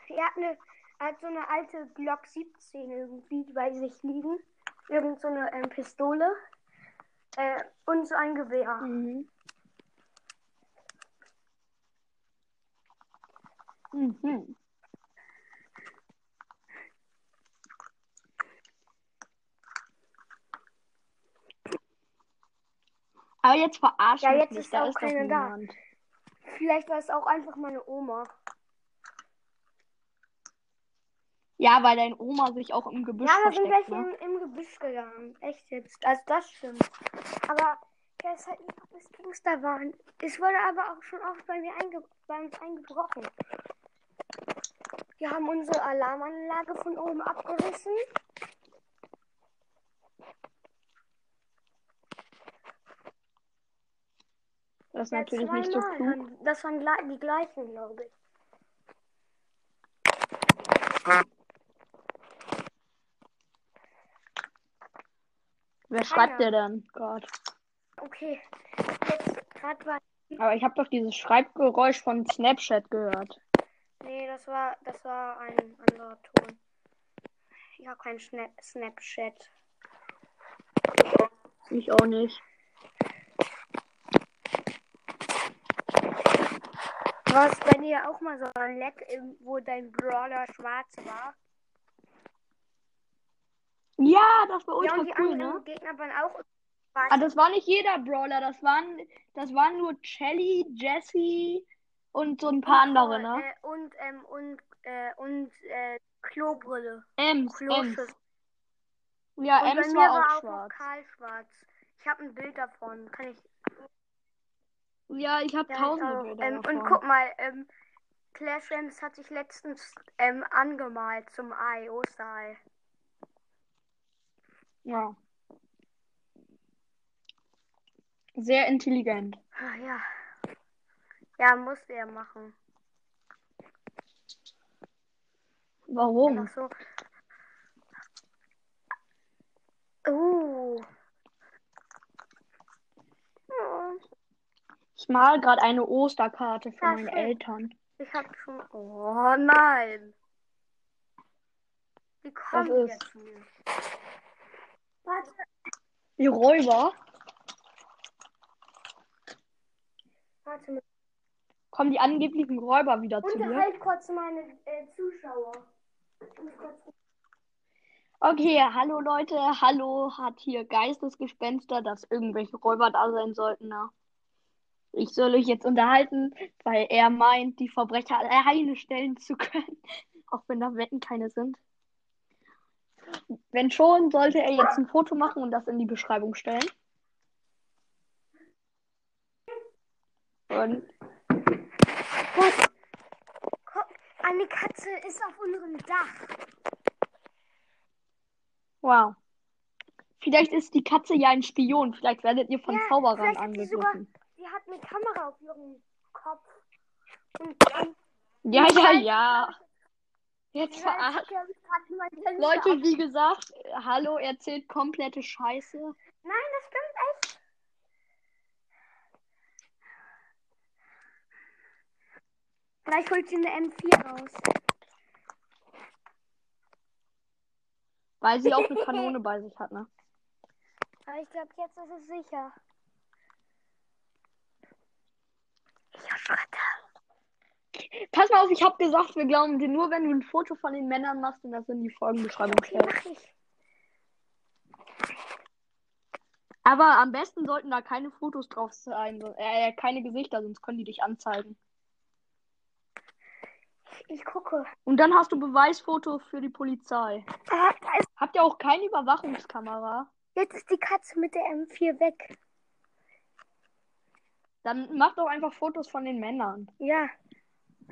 A: Er hat, eine, er hat so eine alte Glock 17 irgendwie die bei sich liegen. Irgend so eine ähm, Pistole. Äh, und so ein Gewehr.
B: Mhm. Mhm. Aber jetzt verarscht
A: Ja,
B: mich
A: jetzt
B: nicht,
A: ist
B: da
A: auch
B: ist doch
A: keiner da.
B: niemand.
A: Vielleicht war es auch einfach meine Oma.
B: Ja, weil dein Oma sich auch im Gebüsch
A: ja, da sind
B: versteckt,
A: welche
B: ne?
A: im, im Gebüsch gegangen. Echt jetzt. Also das stimmt. Aber ja, es halt nicht, ob es Gangster waren. Es wurde aber auch schon oft bei mir einge bei uns eingebrochen. Die haben unsere Alarmanlage von oben abgerissen.
B: Das ist
A: Ja,
B: natürlich nicht so
A: zweimal
B: klug.
A: haben- Das waren gle- die gleichen, glaube ich.
B: Wer schreibt
A: keiner.
B: dir denn? Gott.
A: Okay. Jetzt gerade war
B: Aber ich habe doch dieses Schreibgeräusch von Snapchat gehört.
A: Nee, das war, das war ein anderer Ton. Ich habe kein Schna Snapchat.
B: Ich auch nicht.
A: Was bei dir auch mal so ein Leck, im- wo dein Brawler schwarz war.
B: Ja, das war
A: Ja,
B: ultra
A: und die
B: cool,
A: anderen
B: ne?
A: Gegner waren auch
B: Ah, das war nicht jeder Brawler, das waren, das waren nur Shelly, Jessie und so ein paar andere, ne?
A: Äh, und, ähm, und, äh, und, äh, Klobrille.
B: Ems, Ems.
A: Kloschiff.
B: Ja,
A: äh, und bei
B: Ems
A: mir
B: war
A: war
B: auch
A: auch noch
B: schwarz.
A: Karl schwarz. Ich habe ein Bild davon. Kann ich.
B: Ja, ich habe
A: Ja, ich
B: tausende
A: auch.
B: Bilder
A: ähm,
B: davon.
A: Und guck mal, ähm, Clash Rams hat sich letztens ähm, angemalt zum Ei, Osterei.
B: Ja. Sehr intelligent.
A: Ah, ja. Ja, musste er machen.
B: Warum?
A: Einfach so. Uh. Oh,
B: Ich mal gerade eine Osterkarte für
A: Ja,
B: meine
A: schön.
B: Eltern.
A: ich hab schon. Oh nein. Wie kommen die
B: ist-
A: jetzt hier? Warte.
B: Die Räuber?
A: Warte mal.
B: Kommen die angeblichen Räuber wieder zu mir?
A: Unterhalt kurz meine äh, Zuschauer. Ich muss kurz
B: Okay, hallo Leute, hallo, hat hier Geistesgespenster, dass irgendwelche Räuber da sein sollten. Na. Ich soll euch jetzt unterhalten, weil er meint, die Verbrecher alleine stellen zu können, (laughs) auch wenn da Wetten keine sind. Wenn schon, sollte er jetzt ein Foto machen und das in die Beschreibung stellen. Und
A: Guck, eine Katze ist auf unserem Dach.
B: wow. Vielleicht ist die Katze ja ein Spion, vielleicht werdet ihr von
A: Ja,
B: Zauberern
A: vielleicht hat sie sogar-
B: angegriffen.
A: Sie hat eine Kamera auf ihrem Kopf. Und dann
B: Ja, ja, ja. Jetzt verarscht.
A: Katzen
B: Leute, wie gesagt, hallo, erzählt komplette Scheiße.
A: Nein, das stimmt echt. Gleich holt sie eine M4 raus.
B: Weil sie auch (laughs) eine Kanone bei sich hat, ne?
A: Aber ich glaube, jetzt ist es sicher. Ich erschrecke.
B: Pass mal auf, ich hab gesagt, wir glauben dir nur, wenn du ein Foto von den Männern machst und das in die Folgenbeschreibung
A: Wie
B: stellst.
A: mache ich?
B: Aber am besten sollten da keine Fotos drauf sein, so- äh, keine Gesichter, sonst können die dich anzeigen.
A: Ich gucke.
B: Und dann hast du Beweisfoto für die Polizei.
A: Ah, da ist,
B: Habt ihr auch keine Überwachungskamera?
A: jetzt ist die Katze mit der M4 weg.
B: Dann macht doch einfach Fotos von den Männern.
A: Ja.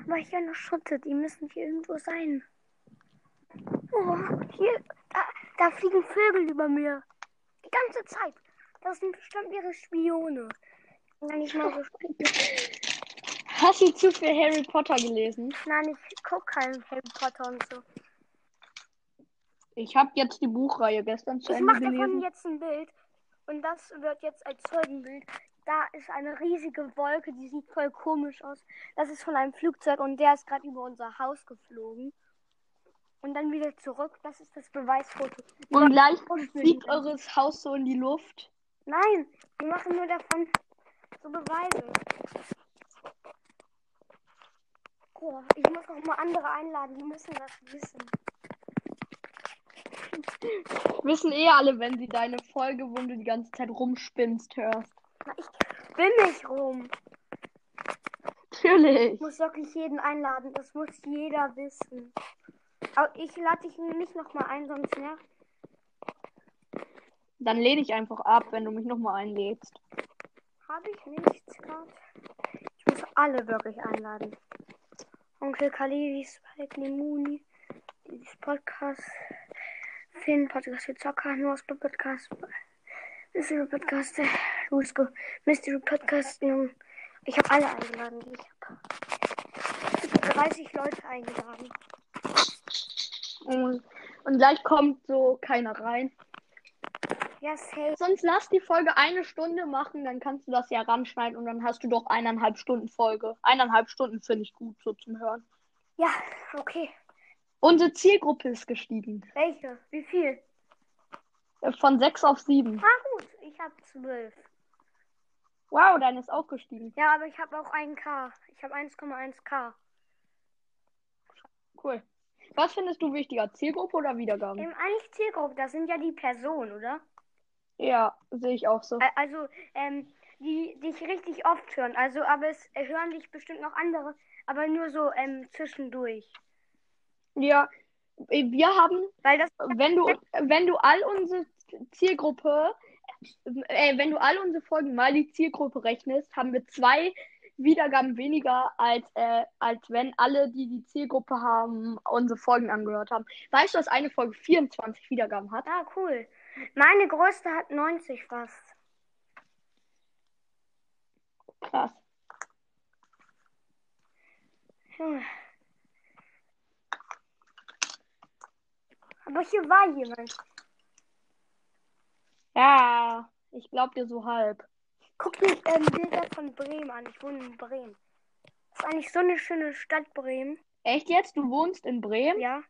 A: Aber hier noch Schritte, die müssen hier irgendwo sein. Oh, hier, da, da fliegen Vögel über mir. Die ganze Zeit. Das sind bestimmt ihre Spione. Nein, ich, mal so,
B: Hast du zu viel Harry Potter gelesen?
A: (laughs) nein, ich gucke keinen Harry Potter und so.
B: Ich habe jetzt die Buchreihe gestern zu
A: Ich
B: Ende
A: mache davon
B: gelesen.
A: jetzt ein Bild. Und das wird jetzt als Zeugenbild. Da ist eine riesige Wolke, die sieht voll komisch aus. Das ist von einem Flugzeug und der ist gerade über unser Haus geflogen. Und dann wieder zurück. Das ist das Beweisfoto.
B: Und gleich
A: Und
B: fliegt eures Haus so in die Luft.
A: Nein, wir machen nur davon so Beweise. Oh, ich muss noch mal andere einladen, die müssen das wissen.
B: Wissen eh alle, wenn sie deine Folge, wo du die ganze Zeit rumspinnst, hörst.
A: Na, Ich bin nicht rum.
B: Natürlich.
A: Ich muss wirklich jeden einladen, das muss jeder wissen. Aber ich lade dich nicht noch mal ein, sonst nervt.
B: Dann lehne ich einfach ab, wenn du mich nochmal einlädst.
A: Habe ich nichts gerade. Ich muss alle wirklich einladen. Onkel Kalevi, Spike, Limuni, dieses Podcast, Finn, Podcast für Zocker, Norsbo Podcast, Mystery Podcast, äh, Lusko, Mystery Podcast, Junge. Ich habe alle eingeladen, die ich habe. 30 Leute eingeladen.
B: Und, und gleich kommt so keiner rein.
A: Ja, safe.
B: Sonst lass die Folge eine Stunde machen, dann kannst du das ja ranschneiden und dann hast du doch eineinhalb Stunden Folge. Eineinhalb Stunden finde ich gut so zum Hören.
A: Ja, okay.
B: Unsere Zielgruppe ist gestiegen.
A: Welche? Wie viel?
B: Äh, Von sechs auf sieben.
A: Ah, gut. Ich habe zwölf.
B: Wow, deine ist auch gestiegen.
A: Ja, aber ich habe auch 1K. Ich habe 1,1K.
B: Cool. Was findest du wichtiger? Zielgruppe oder Wiedergaben?
A: Im Ähm, eigentlich Zielgruppe, das sind ja die Personen, oder?
B: Ja, sehe ich auch so.
A: Ä- Also, ähm, die dich richtig oft hören. Also, aber es hören dich bestimmt noch andere, aber nur so ähm, zwischendurch.
B: Ja, äh, wir haben
A: Weil das
B: wenn du, wenn du all unsere Zielgruppe, äh, wenn du all unsere Folgen mal die Zielgruppe rechnest, haben wir zwei Wiedergaben weniger, als, äh, als wenn alle, die die Zielgruppe haben, unsere Folgen angehört haben. Weißt du, dass eine Folge 24 Wiedergaben hat?
A: Ah, cool. Meine größte hat 90 fast.
B: Krass.
A: Junge. Aber hier war jemand.
B: Ja, ich glaub dir so halb.
A: Guck dir ähm, Bilder von Bremen an. Ich wohne in Bremen. Ist eigentlich so eine schöne Stadt, Bremen.
B: Echt jetzt? Du wohnst in Bremen?
A: Ja.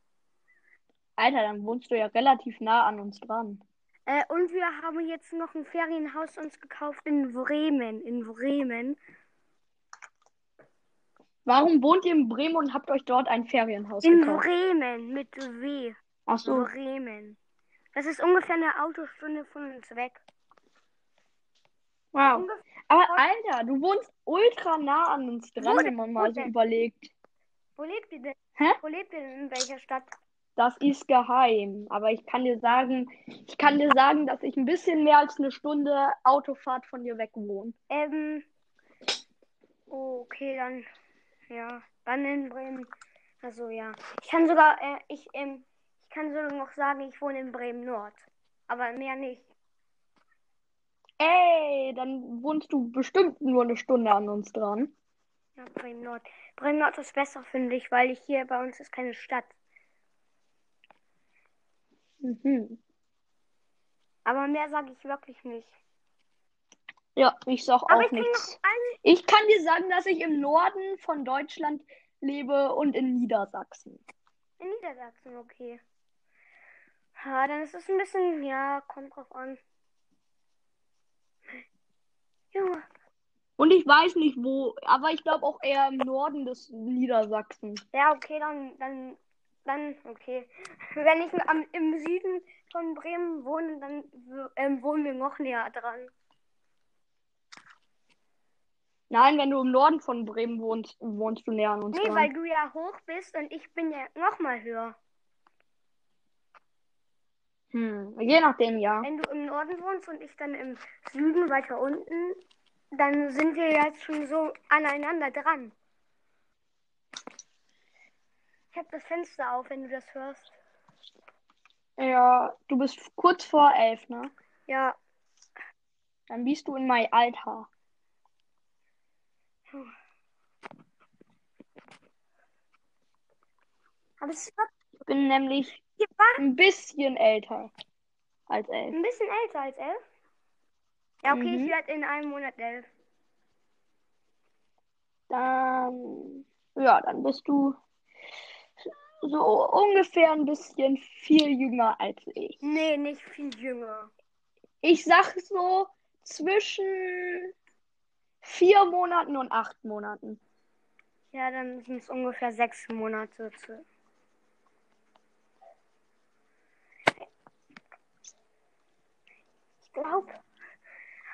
B: Alter, dann wohnst du ja relativ nah an uns dran.
A: Äh, und wir haben jetzt noch ein Ferienhaus uns gekauft in Bremen. In Bremen.
B: Warum wohnt ihr in Bremen und habt euch dort ein Ferienhaus
A: In
B: gekauft?
A: Bremen mit W.
B: Ach so.
A: Bremen. Das ist ungefähr eine Autostunde von uns weg.
B: Wow.
A: Ungefähr
B: Aber Ah, Alter, du wohnst ultra nah an uns dran,
A: Wo
B: wenn
A: denn?
B: man
A: Wo
B: mal so
A: denn?
B: überlegt.
A: Wo lebt ihr denn?
B: Hä?
A: Wo lebt ihr denn? In welcher Stadt?
B: Das ist geheim. Aber ich kann dir sagen, ich kann dir sagen, dass ich ein bisschen mehr als eine Stunde Autofahrt von dir weg wohne.
A: Ähm. oh, Okay, dann. Ja, dann in Bremen. Also ja. Ich kann sogar, äh, ich, ähm, ich kann sogar noch sagen, ich wohne in Bremen Nord. Aber mehr nicht.
B: Ey, dann wohnst du bestimmt nur eine Stunde an uns dran.
A: Ja, Bremen Nord. Bremen Nord ist besser, finde ich, weil ich hier bei uns ist keine Stadt.
B: Mhm.
A: Aber mehr sage ich wirklich nicht.
B: Ja, ich sag
A: Aber
B: auch
A: ich krieg
B: nichts.
A: noch einen.
B: Ich kann dir sagen, dass ich im Norden von Deutschland lebe und in Niedersachsen.
A: In Niedersachsen, okay. Ja, dann ist es ein bisschen, ja, kommt drauf an. Junge,
B: Und ich weiß nicht wo, aber ich glaube auch eher im Norden des Niedersachsen.
A: ja, okay, dann, dann, dann, okay. (laughs) Wenn ich am, im Süden von Bremen wohne, dann w- ähm, wohnen wir noch näher dran.
B: Nein, wenn du im Norden von Bremen wohnst, wohnst du näher an uns
A: Nee,
B: dran.
A: weil du ja hoch bist und ich bin ja noch mal höher.
B: Hm, je nachdem, ja.
A: Wenn du im Norden wohnst und ich dann im Süden weiter unten, dann sind wir jetzt schon so aneinander dran. Ich habe das Fenster auf, wenn du das hörst.
B: Ja, du bist kurz vor elf, ne?
A: Ja,
B: Dann bist du in mein Alter.
A: aber es ist wirklich
B: Ich bin nämlich
A: Hier war
B: ein bisschen älter als elf.
A: ein bisschen älter als elf. Ja, okay,
B: Mhm.
A: ich werde in einem Monat elf.
B: Dann, ja, dann bist du so ungefähr ein bisschen viel jünger als ich.
A: Nee, nicht viel jünger.
B: Ich sag so zwischen vier Monaten und acht Monaten.
A: Ja, dann sind es ungefähr sechs Monate zu. Ich glaube.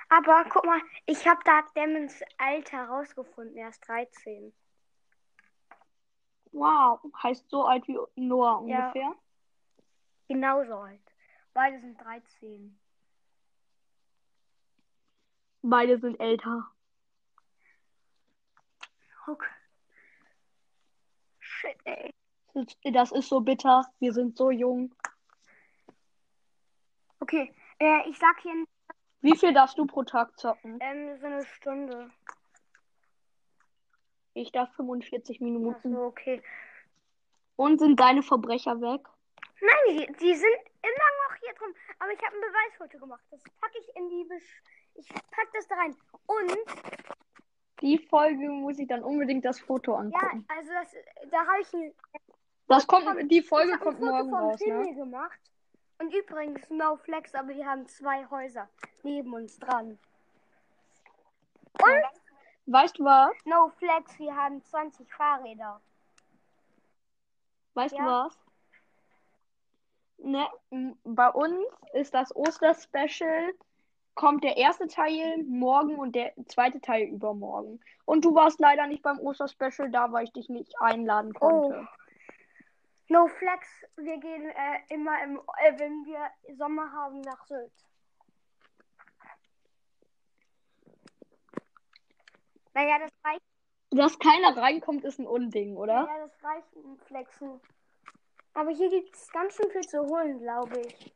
A: Aber guck mal, ich habe da Demons Alter rausgefunden. Er ist 13.
B: Wow, heißt so alt wie Noah
A: Ja.
B: ungefähr.
A: Genauso alt. Beide sind 13.
B: Beide sind älter.
A: Guck. Shit, ey.
B: Das ist- Das ist so bitter. Wir sind so jung.
A: Okay, äh, ich sag hier
B: Wie viel darfst du pro Tag zocken?
A: ähm, so eine Stunde.
B: Ich darf 45
A: Ach
B: Minuten.
A: so, okay.
B: Und sind deine Verbrecher weg?
A: Nein, die, die sind immer noch hier drum. Aber ich habe ein Beweisfoto gemacht. Das packe ich in die Besch Ich pack das da rein. Und,
B: Die Folge muss ich dann unbedingt das Foto
A: ja,
B: angucken.
A: also das, da habe ich ein,
B: das kommt, die
A: ich
B: Folge
A: hab ein
B: kommt
A: Foto
B: morgen
A: vom
B: raus, ne?
A: Himmel gemacht. Und übrigens, no flex, aber wir haben zwei Häuser neben uns dran.
B: Weißt du was?
A: No flex, wir haben 20 Fahrräder.
B: Weißt du
A: Ja.
B: was? Ne, m- bei uns ist das Osterspecial, kommt der erste Teil morgen und der zweite Teil übermorgen. Und du warst leider nicht beim Osterspecial da, weil ich dich nicht einladen konnte.
A: No flex, wir gehen äh, immer, im, äh, wenn wir Sommer haben, nach Sylt. Naja, das reicht.
B: Dass keiner reinkommt, ist ein Unding, oder?
A: Ja, das reicht mit Flexen. Aber hier gibt es ganz schön viel zu holen, glaube ich.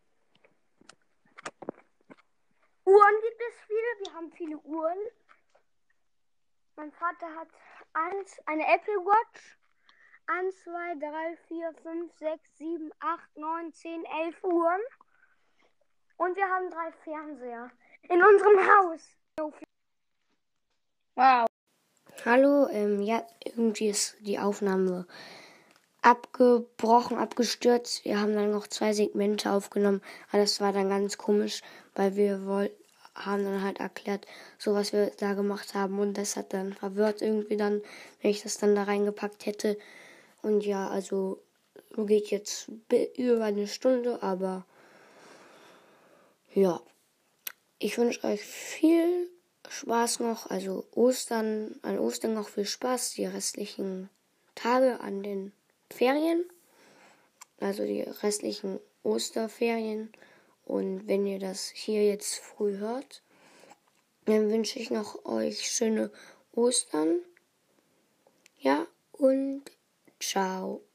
A: Uhren gibt es viele. Wir haben viele Uhren. Mein Vater hat eins, eine Apple Watch. 1, 2, 3, 4, 5, 6, 7, 8, 9, 10, 11 Uhren. Und wir haben drei Fernseher. In unserem Haus.
B: Wow.
A: Hallo, ähm, ja, irgendwie ist die Aufnahme abgebrochen, abgestürzt. Wir haben dann noch zwei Segmente aufgenommen, aber das war dann ganz komisch, weil wir woll haben dann halt erklärt, so was wir da gemacht haben und das hat dann verwirrt irgendwie dann, wenn ich das dann da reingepackt hätte. Und ja, also so geht jetzt bi- über eine Stunde, aber ja. Ich wünsche euch viel Spaß noch, also Ostern, an Ostern noch viel Spaß, die restlichen Tage an den Ferien, also die restlichen Osterferien. Und wenn ihr das hier jetzt früh hört, dann wünsche ich noch euch schöne Ostern. Ja, und ciao.